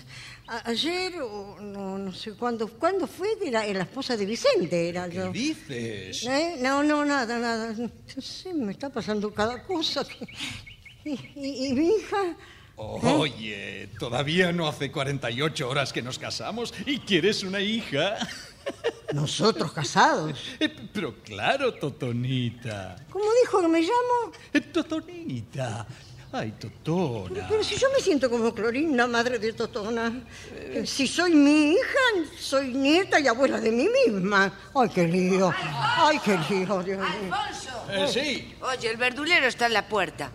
[SPEAKER 7] A- ayer, o no, no sé cuándo, ¿cuándo fue que la, la esposa de Vicente era yo?
[SPEAKER 1] dices?
[SPEAKER 7] ¿Eh? No, no, nada, nada. No sé, me está pasando cada cosa. que- Y, y- y mi hija,
[SPEAKER 1] Oye, todavía no hace 48 horas que nos casamos y quieres una hija.
[SPEAKER 7] Nosotros casados.
[SPEAKER 1] Pero claro, Totonita.
[SPEAKER 7] ¿cómo dijo que me llamo?
[SPEAKER 1] Eh, Totonita. Ay, Totona.
[SPEAKER 7] Pero si yo me siento como Clorinda, madre de Totona. Si soy mi hija, soy nieta y abuela de mí misma. Ay, qué lío. Ay, qué lío, Dios mío.
[SPEAKER 13] Oye, el verdulero está en la puerta.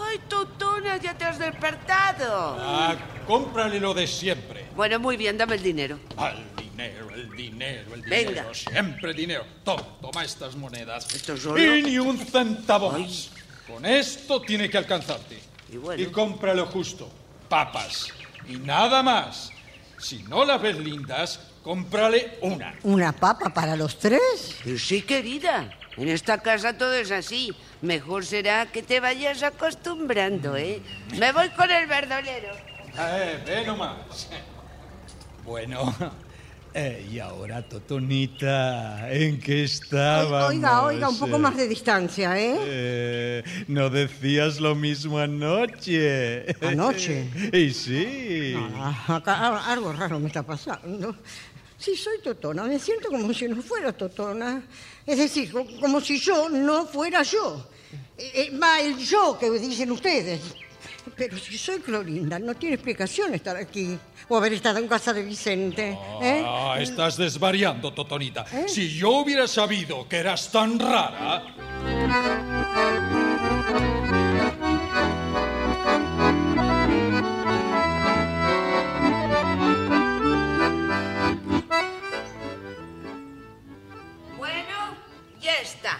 [SPEAKER 13] ¡Ay, Totona, ya te has despertado!
[SPEAKER 1] Ah, cómprale lo de siempre.
[SPEAKER 13] Bueno, muy bien, dame el dinero.
[SPEAKER 1] Al dinero, el dinero, el dinero.
[SPEAKER 13] Venga.
[SPEAKER 1] Siempre dinero. Toma, toma estas monedas.
[SPEAKER 13] Esto es oro.
[SPEAKER 1] Y ni un centavo más. Con esto tiene que alcanzarte. Y, compra lo justo. Papas. Y nada más. Si no las ves lindas, cómprale una.
[SPEAKER 7] ¿Una papa para los tres?
[SPEAKER 13] Sí, querida. En esta casa todo es así. Mejor será que te vayas acostumbrando, ¿eh? Me voy con el verdolero.
[SPEAKER 1] Eh, ve nomás.
[SPEAKER 4] Bueno. eh, y ahora, Totonita, ¿en qué
[SPEAKER 1] Ah,
[SPEAKER 4] estábamos?
[SPEAKER 7] Oiga, oiga, un
[SPEAKER 1] eh,
[SPEAKER 7] poco más de distancia, ¿eh?
[SPEAKER 4] Eh, no decías lo mismo anoche.
[SPEAKER 7] ¿Anoche?
[SPEAKER 4] y sí.
[SPEAKER 7] Acá a- algo raro me está pasando. Sí, soy totona. Me siento como si no fuera totona. Es decir, co- como si yo no fuera yo. Eh, eh, va el yo que dicen ustedes. Pero si soy Clorinda, no tiene explicación estar aquí o haber estado en casa de Vicente. ¿eh?
[SPEAKER 1] Ah, estás desvariando, Totonita. Si yo hubiera sabido que eras tan rara,
[SPEAKER 13] Bueno, ya está.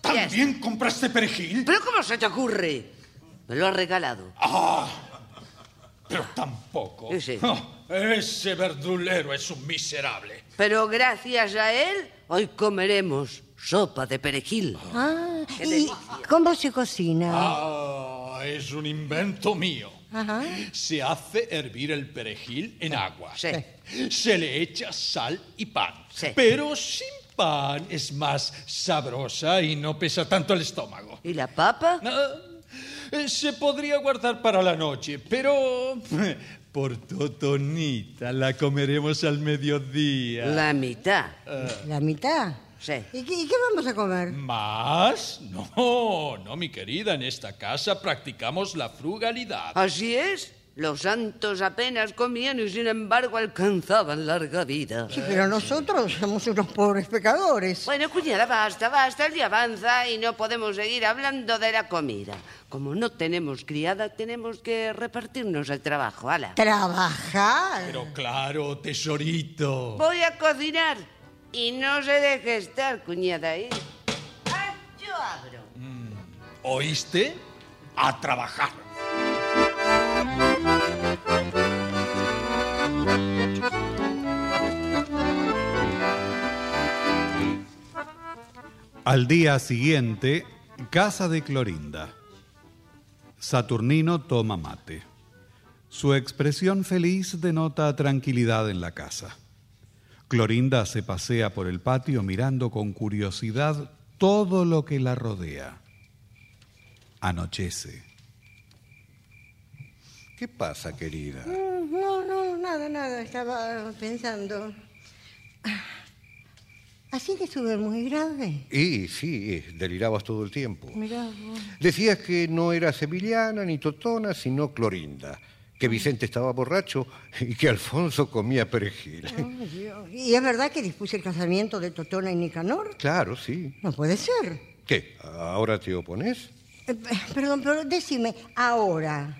[SPEAKER 1] ¿también compraste perejil?
[SPEAKER 13] ¿Pero cómo se te ocurre? Me lo ha regalado.
[SPEAKER 1] Ah, pero tampoco.
[SPEAKER 13] Ese.
[SPEAKER 1] Ah, ese verdulero es un miserable.
[SPEAKER 13] Pero gracias a él, hoy comeremos sopa de perejil.
[SPEAKER 7] Ah, ¿y cómo se cocina?
[SPEAKER 1] Ah, es un invento mío.
[SPEAKER 7] Ajá.
[SPEAKER 1] Se hace hervir el perejil en agua. Se le echa sal y pan. Pero sin pan es más sabrosa y no pesa tanto el estómago. Ah, eh,
[SPEAKER 13] ¿Y la papa?
[SPEAKER 1] se podría guardar para la noche, pero... eh,
[SPEAKER 4] Por Totonita, la comeremos al mediodía.
[SPEAKER 13] La mitad.
[SPEAKER 1] Eh.
[SPEAKER 7] ¿La mitad?
[SPEAKER 13] Sí.
[SPEAKER 7] ¿Y qué, y qué vamos a comer?
[SPEAKER 1] ¿Más? No, no, mi querida. En esta casa practicamos la frugalidad.
[SPEAKER 13] Así es. Los santos apenas comían y sin embargo alcanzaban larga vida.
[SPEAKER 7] Sí, pero nosotros somos unos pobres pecadores.
[SPEAKER 13] Bueno, cuñada, basta, basta, el día avanza y no podemos seguir hablando de la comida. Como no tenemos criada, tenemos que repartirnos el trabajo, ala.
[SPEAKER 7] ¿Trabajar?
[SPEAKER 1] Pero claro, tesorito.
[SPEAKER 13] Voy a cocinar y no se deje estar, cuñada, ¿eh? Ah, yo abro.
[SPEAKER 1] ¿Oíste? A trabajar.
[SPEAKER 3] Al día siguiente, casa de Clorinda. Saturnino toma mate. Su expresión feliz denota tranquilidad en la casa. Clorinda se pasea por el patio mirando con curiosidad todo lo que la rodea. Anochece.
[SPEAKER 9] ¿Qué pasa, querida?
[SPEAKER 7] Mm, No, no, nada, nada, estaba pensando. Ah, Así que estuve muy grave.
[SPEAKER 9] Y sí, eh, delirabas todo el tiempo.
[SPEAKER 7] Mirá vos.
[SPEAKER 9] Decías que no eras Emiliana ni Totona, sino Clorinda. Que Vicente estaba borracho y que Alfonso comía perejil.
[SPEAKER 7] Ay, Dios. ¿Y es verdad que dispuse el casamiento de Totona y Nicanor?
[SPEAKER 9] Claro, sí.
[SPEAKER 7] No puede ser.
[SPEAKER 9] ¿Qué? ¿Ahora te opones?
[SPEAKER 7] Eh, p- perdón, pero decime, ahora,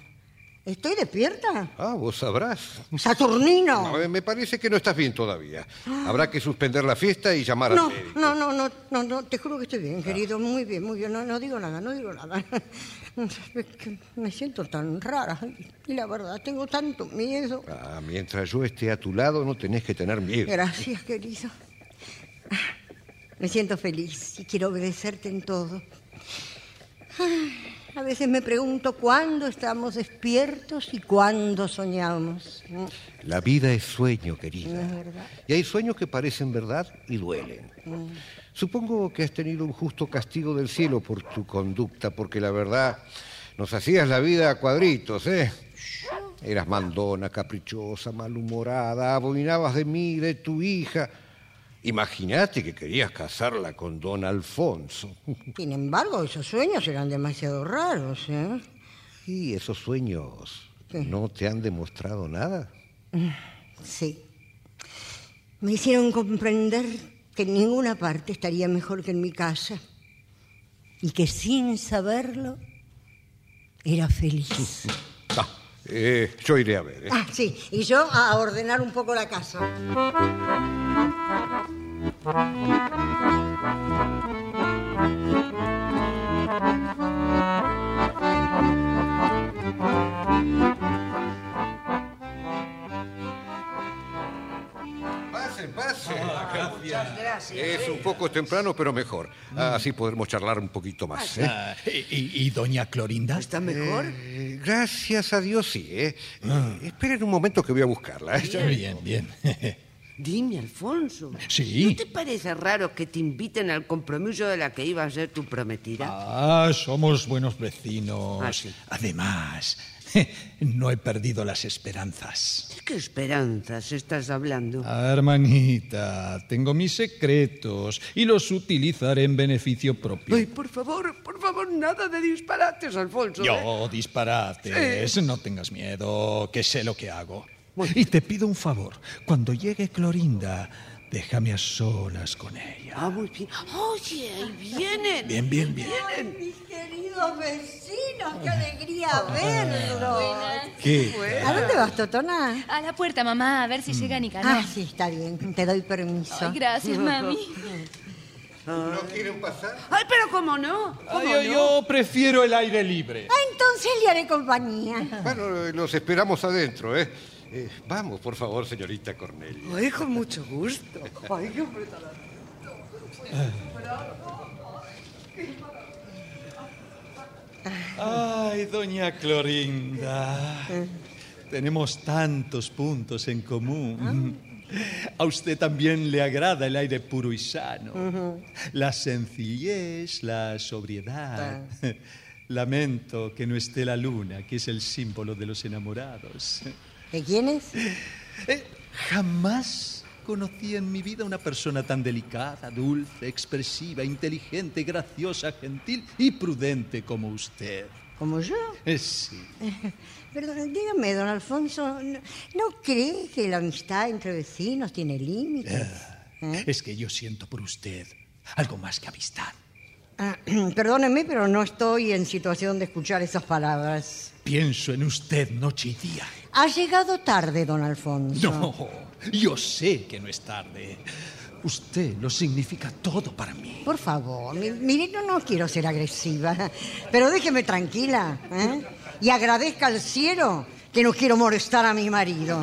[SPEAKER 7] ¿estoy despierta?
[SPEAKER 9] Ah, vos sabrás.
[SPEAKER 7] ¡Saturnino!
[SPEAKER 9] No, eh, me parece que no estás bien todavía.
[SPEAKER 7] Ah.
[SPEAKER 9] Habrá que suspender la fiesta y llamar
[SPEAKER 7] No,
[SPEAKER 9] al médico.
[SPEAKER 7] no, no, no, no, no, te juro que estoy bien, querido, muy bien, muy bien, no, no digo nada, no digo nada. Es que me siento tan rara y la verdad, tengo tanto miedo.
[SPEAKER 9] Ah, mientras yo esté a tu lado, no tenés que tener miedo.
[SPEAKER 7] Gracias, querido. Me siento feliz y quiero obedecerte en todo. Ay, A veces me pregunto cuándo estamos despiertos y cuándo soñamos. Mm,
[SPEAKER 9] La vida es sueño,
[SPEAKER 7] No
[SPEAKER 9] querida.
[SPEAKER 7] es verdad.
[SPEAKER 9] Y hay sueños que parecen verdad y duelen.
[SPEAKER 7] Mm.
[SPEAKER 9] Supongo que has tenido un justo castigo del cielo por tu conducta, porque la verdad, nos hacías la vida a cuadritos, ¿eh? Eras mandona, caprichosa, malhumorada, abominabas de mí, de tu hija. Imagínate que querías casarla con don Alfonso.
[SPEAKER 7] Sin embargo, esos sueños eran demasiado raros. ¿eh?
[SPEAKER 9] ¿Y esos sueños no te han demostrado nada?
[SPEAKER 7] Sí. Me hicieron comprender que en ninguna parte estaría mejor que en mi casa. Y que sin saberlo, Era feliz.
[SPEAKER 9] Ah, eh, yo iré a ver. ¿eh?
[SPEAKER 7] Ah, sí. Y yo a ordenar un poco la casa.
[SPEAKER 9] Pasen, pasen.
[SPEAKER 13] Muchas gracias.
[SPEAKER 9] Es un poco temprano, pero mejor.
[SPEAKER 10] Mm.
[SPEAKER 9] Ah, Así podremos charlar un poquito más. ¿eh?
[SPEAKER 1] Ah, y, y doña Clorinda? Eh, ¿Está
[SPEAKER 9] mejor? Eh, gracias a Dios, sí. ¿eh?
[SPEAKER 10] Mm.
[SPEAKER 9] Eh, esperen un momento que voy a buscarla. ¿eh?
[SPEAKER 1] Está bien, bien.
[SPEAKER 13] Dime, Alfonso.
[SPEAKER 1] Sí.
[SPEAKER 13] ¿No te parece raro que te inviten al compromiso de la que iba a ser tu prometida?
[SPEAKER 1] Ah, somos buenos vecinos.
[SPEAKER 13] Ah, sí.
[SPEAKER 1] Además, no he perdido las esperanzas.
[SPEAKER 13] ¿De qué esperanzas estás hablando?
[SPEAKER 1] Ah, hermanita, tengo mis secretos y los utilizaré en beneficio propio.
[SPEAKER 13] Ay, por favor, por favor, nada de disparates, Alfonso. ¿eh?
[SPEAKER 1] Yo, disparates, no tengas miedo, que sé lo que hago. Y te pido un favor, cuando llegue Clorinda, déjame a solas con ella.
[SPEAKER 13] Ah, muy bien. Oye, ahí vienen.
[SPEAKER 1] Bien, bien, bien.
[SPEAKER 13] Vienen.
[SPEAKER 7] Mis queridos vecinos, qué alegría verlos.
[SPEAKER 1] ¿Qué?
[SPEAKER 7] ¿A dónde vas, Totona?
[SPEAKER 15] A la puerta, mamá, a ver si llega Nicanor.
[SPEAKER 7] Ah, sí, está bien. Te doy permiso.
[SPEAKER 15] Ay, gracias, mami.
[SPEAKER 9] ¿No quieren pasar?
[SPEAKER 13] Ay, pero cómo no. ¿Cómo
[SPEAKER 10] Ay, yo,
[SPEAKER 13] no?
[SPEAKER 10] yo prefiero el aire libre.
[SPEAKER 7] Ah, entonces le haré compañía.
[SPEAKER 9] Bueno, eh, los esperamos adentro, ¿eh? Eh, vamos, por favor, señorita Cornelia.
[SPEAKER 13] Ay, con mucho gusto. Ay, qué
[SPEAKER 1] Ay, doña Clorinda. Tenemos tantos puntos en común. A usted también le agrada el aire puro y sano,
[SPEAKER 12] Ujú.
[SPEAKER 1] la sencillez, la sobriedad. Lamento que no esté la luna, que es el símbolo de los enamorados. Eh,
[SPEAKER 7] ¿De quién es?
[SPEAKER 1] Jamás conocí en mi vida una persona tan delicada, dulce, expresiva, inteligente, graciosa, gentil y prudente como usted.
[SPEAKER 7] ¿Como yo?
[SPEAKER 1] Eh, Sí.
[SPEAKER 7] Perdón, dígame, don Alfonso, ¿no, no cree que la amistad entre vecinos tiene
[SPEAKER 1] Eh.
[SPEAKER 7] límites? ¿Eh?
[SPEAKER 1] Es que yo siento por usted algo más que amistad.
[SPEAKER 7] Ah, perdóneme, pero no estoy en situación de escuchar esas palabras.
[SPEAKER 1] Pienso en usted noche y día.
[SPEAKER 7] Ha llegado tarde, don Alfonso.
[SPEAKER 1] No, yo sé que no es tarde. Usted lo significa todo para mí.
[SPEAKER 7] Por favor, mi- mire, no, no quiero ser agresiva, pero déjeme tranquila. ¿eh? Y agradezca al cielo que no quiero molestar a mi marido.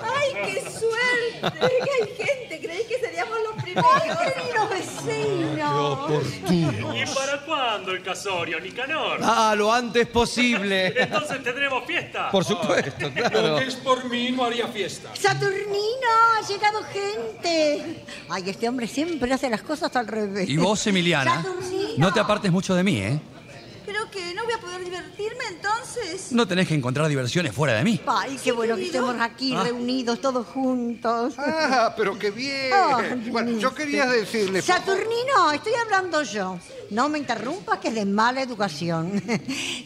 [SPEAKER 11] ¡Ay, qué suerte! ¡Que hay gente! Creí que seríamos los primeros. ¡Ay, queridos vecinos!
[SPEAKER 17] ¿Y para cuándo el casorio, Nicanor?
[SPEAKER 18] Ah, lo antes posible.
[SPEAKER 17] Entonces tendremos fiesta.
[SPEAKER 18] Por supuesto,
[SPEAKER 10] Lo
[SPEAKER 18] claro.
[SPEAKER 10] que es por mí no haría fiesta.
[SPEAKER 7] Saturnino, ha llegado gente. Ay, este hombre siempre hace las cosas al revés.
[SPEAKER 14] Y vos, Emiliana,
[SPEAKER 7] Saturnino.
[SPEAKER 14] no te apartes mucho de mí, ¿eh?
[SPEAKER 11] Creo que no voy a poder divertirme entonces.
[SPEAKER 14] No tenés que encontrar diversiones fuera de mí.
[SPEAKER 7] Ay, qué bueno que
[SPEAKER 11] querido.
[SPEAKER 7] estemos aquí
[SPEAKER 14] Ah.
[SPEAKER 7] reunidos todos juntos.
[SPEAKER 9] Ah, pero qué bien. bueno, yo quería decirle. por favor-
[SPEAKER 7] Saturnino, estoy hablando yo. No me interrumpas, que es de mala educación.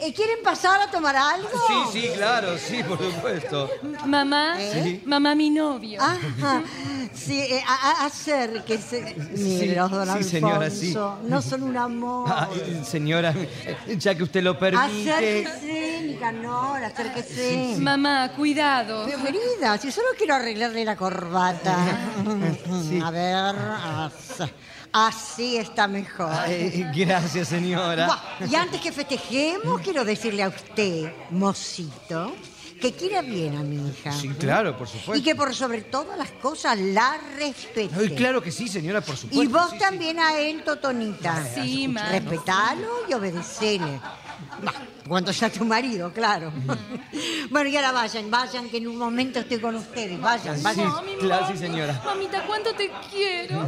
[SPEAKER 7] Eh, ¿Quieren pasar a tomar algo?
[SPEAKER 18] Sí, sí, claro, sí, por supuesto.
[SPEAKER 15] Mamá,
[SPEAKER 7] ¿Eh?
[SPEAKER 15] mamá, mi novio.
[SPEAKER 7] Ajá. Sí, eh, a- a- acérquese. Mira, don
[SPEAKER 18] sí, señora,
[SPEAKER 7] Alfonso,
[SPEAKER 18] sí.
[SPEAKER 7] No son un amor.
[SPEAKER 18] Ah, eh, señora, ya que usted lo permite.
[SPEAKER 7] Acérquese, Nicanor, acérquese.
[SPEAKER 18] Sí, sí.
[SPEAKER 7] Mamá, cuidado. Bienvenida, si solo quiero arreglarle la corbata. A ver, as- así está mejor.
[SPEAKER 18] Ah, eh, gracias, Mm. señora.
[SPEAKER 7] Buah, Y antes que festejemos, quiero decirle a usted, mocito, que quiera bien a mi hija.
[SPEAKER 18] Sí, claro, por supuesto.
[SPEAKER 7] Y que por sobre todas las cosas la respete.
[SPEAKER 18] Ay, claro que sí, señora, por supuesto.
[SPEAKER 7] Y vos
[SPEAKER 18] sí, sí.
[SPEAKER 7] también a él, Totonita.
[SPEAKER 18] Sí, ma.
[SPEAKER 7] Respetalo y obedecele. Bah, Cuando sea tu marido, claro. bueno, y ahora vayan, vayan, que en un momento estoy con ustedes. Vayan,
[SPEAKER 18] Sí,
[SPEAKER 7] vayan.
[SPEAKER 18] claro, sí, señora.
[SPEAKER 15] Mamita, ¿cuánto te quiero?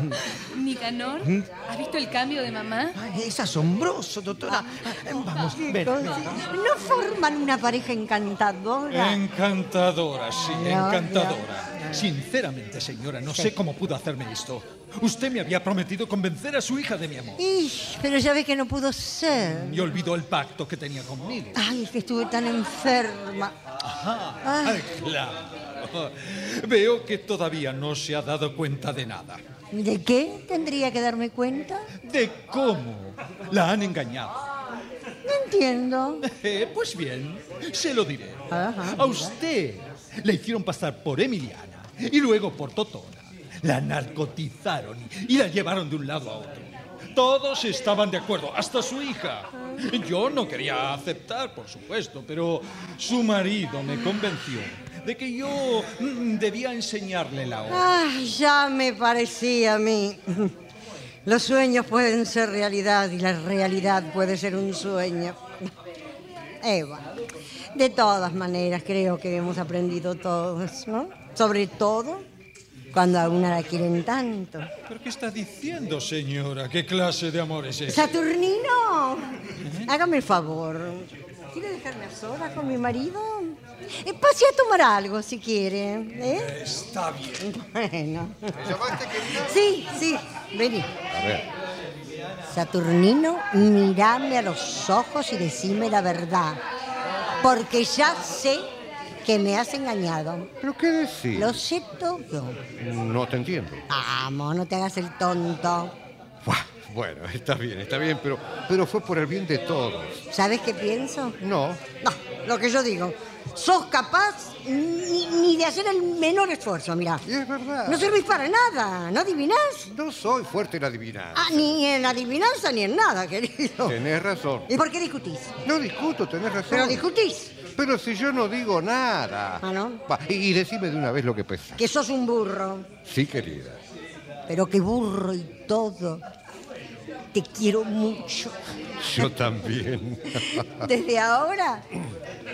[SPEAKER 15] Nicanor,
[SPEAKER 18] ¿Mm?
[SPEAKER 15] ¿has visto el cambio de mamá?
[SPEAKER 18] Es asombroso,
[SPEAKER 7] Eh,
[SPEAKER 18] doctora. Vamos, ven.
[SPEAKER 7] ¿No forman una pareja encantadora?
[SPEAKER 10] Encantadora, sí,
[SPEAKER 7] No,
[SPEAKER 10] encantadora. Sinceramente, señora, no sé cómo pudo hacerme esto. Usted me había prometido convencer a su hija de mi amor.
[SPEAKER 7] Ih, pero ya ves que no pudo ser.
[SPEAKER 10] Y olvidó el pacto que tenía conmigo.
[SPEAKER 7] Ay, es que estuve tan enferma.
[SPEAKER 10] Ay, claro. Veo que todavía no se ha dado cuenta de nada.
[SPEAKER 7] ¿De qué tendría que darme cuenta?
[SPEAKER 1] ¿De cómo? La han engañado.
[SPEAKER 7] No entiendo.
[SPEAKER 1] Eh, pues bien, se lo diré.
[SPEAKER 7] Ajá.
[SPEAKER 1] A usted le hicieron pasar por Emiliana y luego por Totona. La narcotizaron y la llevaron de un lado a otro. Todos estaban de acuerdo, hasta su hija. Yo no quería aceptar, por supuesto, pero su marido me convenció de que yo mm, debía enseñarle la obra.
[SPEAKER 7] Ay, Ah, ya me parecía a mí. Los sueños pueden ser realidad y la realidad puede ser un sueño. Eva, de todas maneras creo que hemos aprendido todos, ¿no? Sobre todo cuando a una la quieren tanto.
[SPEAKER 10] ¿Pero qué está diciendo, señora? ¿Qué clase de amor es
[SPEAKER 1] este?
[SPEAKER 10] ese?
[SPEAKER 7] Saturnino, hágame el favor. ¿Quiere dejarme a solas con mi marido? Eh, Pase a tomar algo si quiere. ¿eh?
[SPEAKER 10] Está bien.
[SPEAKER 7] Bueno. Sí, sí, vení.
[SPEAKER 9] A ver.
[SPEAKER 7] Saturnino, mírame a los ojos y decime la verdad. Porque ya sé que me has engañado.
[SPEAKER 9] ¿Pero qué decís?
[SPEAKER 7] Lo sé todo.
[SPEAKER 9] No te entiendo.
[SPEAKER 7] Vamos, no te hagas el tonto.
[SPEAKER 9] Bueno, está bien, está bien, pero, pero fue por el bien de todos.
[SPEAKER 7] ¿Sabes qué pienso?
[SPEAKER 9] No.
[SPEAKER 7] No, lo que yo digo. Sos capaz ni, ni de hacer el menor esfuerzo, mirá.
[SPEAKER 9] es verdad.
[SPEAKER 7] No servís para nada, ¿no adivinás?
[SPEAKER 9] No soy fuerte en adivinar.
[SPEAKER 7] Ah, ni en adivinanza ni en nada, querido.
[SPEAKER 9] Tenés razón.
[SPEAKER 7] ¿Y por qué discutís?
[SPEAKER 9] No discuto, tenés razón.
[SPEAKER 7] Pero discutís.
[SPEAKER 9] Pero si yo no digo nada.
[SPEAKER 7] Ah, ¿no?
[SPEAKER 9] Va, y, y decime de una vez lo que pensás.
[SPEAKER 7] Que sos un burro.
[SPEAKER 9] Sí, querida.
[SPEAKER 7] Pero que burro y todo. Te quiero mucho.
[SPEAKER 9] Yo también.
[SPEAKER 7] Desde ahora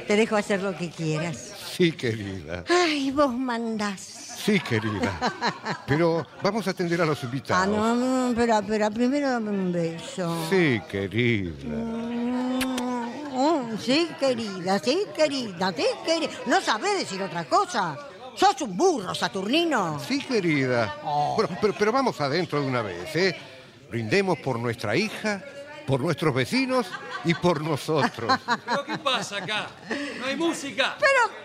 [SPEAKER 7] te dejo hacer lo que quieras.
[SPEAKER 9] Sí, querida.
[SPEAKER 7] Ay, vos mandás.
[SPEAKER 9] Sí, querida. Pero vamos a atender a los invitados.
[SPEAKER 7] Ah, no, no, pero, pero primero dame un beso.
[SPEAKER 9] Sí, querida.
[SPEAKER 7] Mm, Sí, querida, sí, querida, sí, querida. No sabés decir otra cosa. Sos un burro, Saturnino.
[SPEAKER 9] Sí, querida.
[SPEAKER 7] Oh.
[SPEAKER 9] Bueno, pero, pero vamos adentro de una vez, ¿eh? Brindemos por nuestra hija, por nuestros vecinos y por nosotros.
[SPEAKER 14] ¿Pero qué pasa acá? No hay música.
[SPEAKER 7] Pero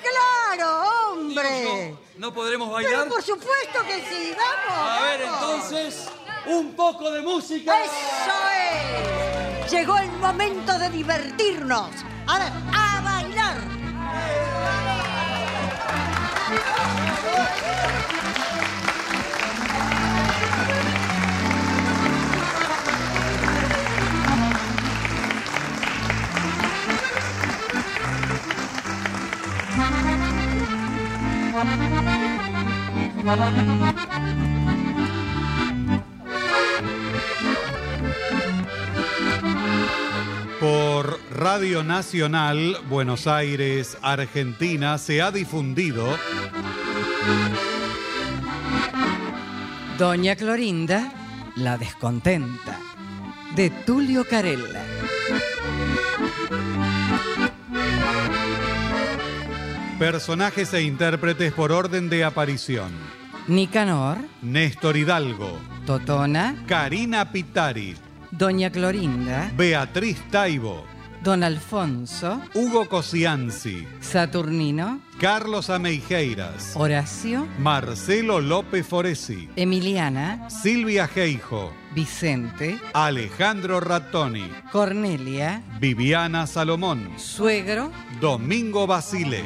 [SPEAKER 7] claro, hombre.
[SPEAKER 14] ¿No podremos bailar?
[SPEAKER 7] Eh. Pero por supuesto que sí, vamos.
[SPEAKER 14] A ver,
[SPEAKER 7] vamos.
[SPEAKER 14] entonces, un poco de música.
[SPEAKER 7] ¡Eso es! Llegó el momento de divertirnos. A ver, a bailar.
[SPEAKER 3] Por Radio Nacional, Buenos Aires, Argentina, se ha difundido
[SPEAKER 19] Doña Clorinda, la descontenta, de Tulio Carella.
[SPEAKER 3] personajes e intérpretes por orden de aparición.
[SPEAKER 19] Nicanor,
[SPEAKER 3] Néstor Hidalgo,
[SPEAKER 19] Totona,
[SPEAKER 3] Karina Pitari,
[SPEAKER 19] Doña Clorinda,
[SPEAKER 3] Beatriz Taibo,
[SPEAKER 19] Don Alfonso,
[SPEAKER 3] Hugo Cosianzi,
[SPEAKER 19] Saturnino,
[SPEAKER 3] Carlos Ameijeiras,
[SPEAKER 19] Horacio,
[SPEAKER 3] Marcelo López Foresi,
[SPEAKER 19] Emiliana,
[SPEAKER 3] Silvia Geijo,
[SPEAKER 19] Vicente,
[SPEAKER 3] Alejandro Rattoni,
[SPEAKER 19] Cornelia,
[SPEAKER 3] Viviana Salomón,
[SPEAKER 19] Suegro,
[SPEAKER 3] Domingo Basile.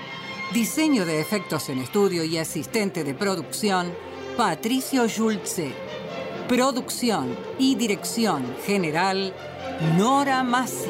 [SPEAKER 2] Diseño de efectos en estudio y asistente de producción, Patricio Schulze. Producción y dirección general, Nora Massi.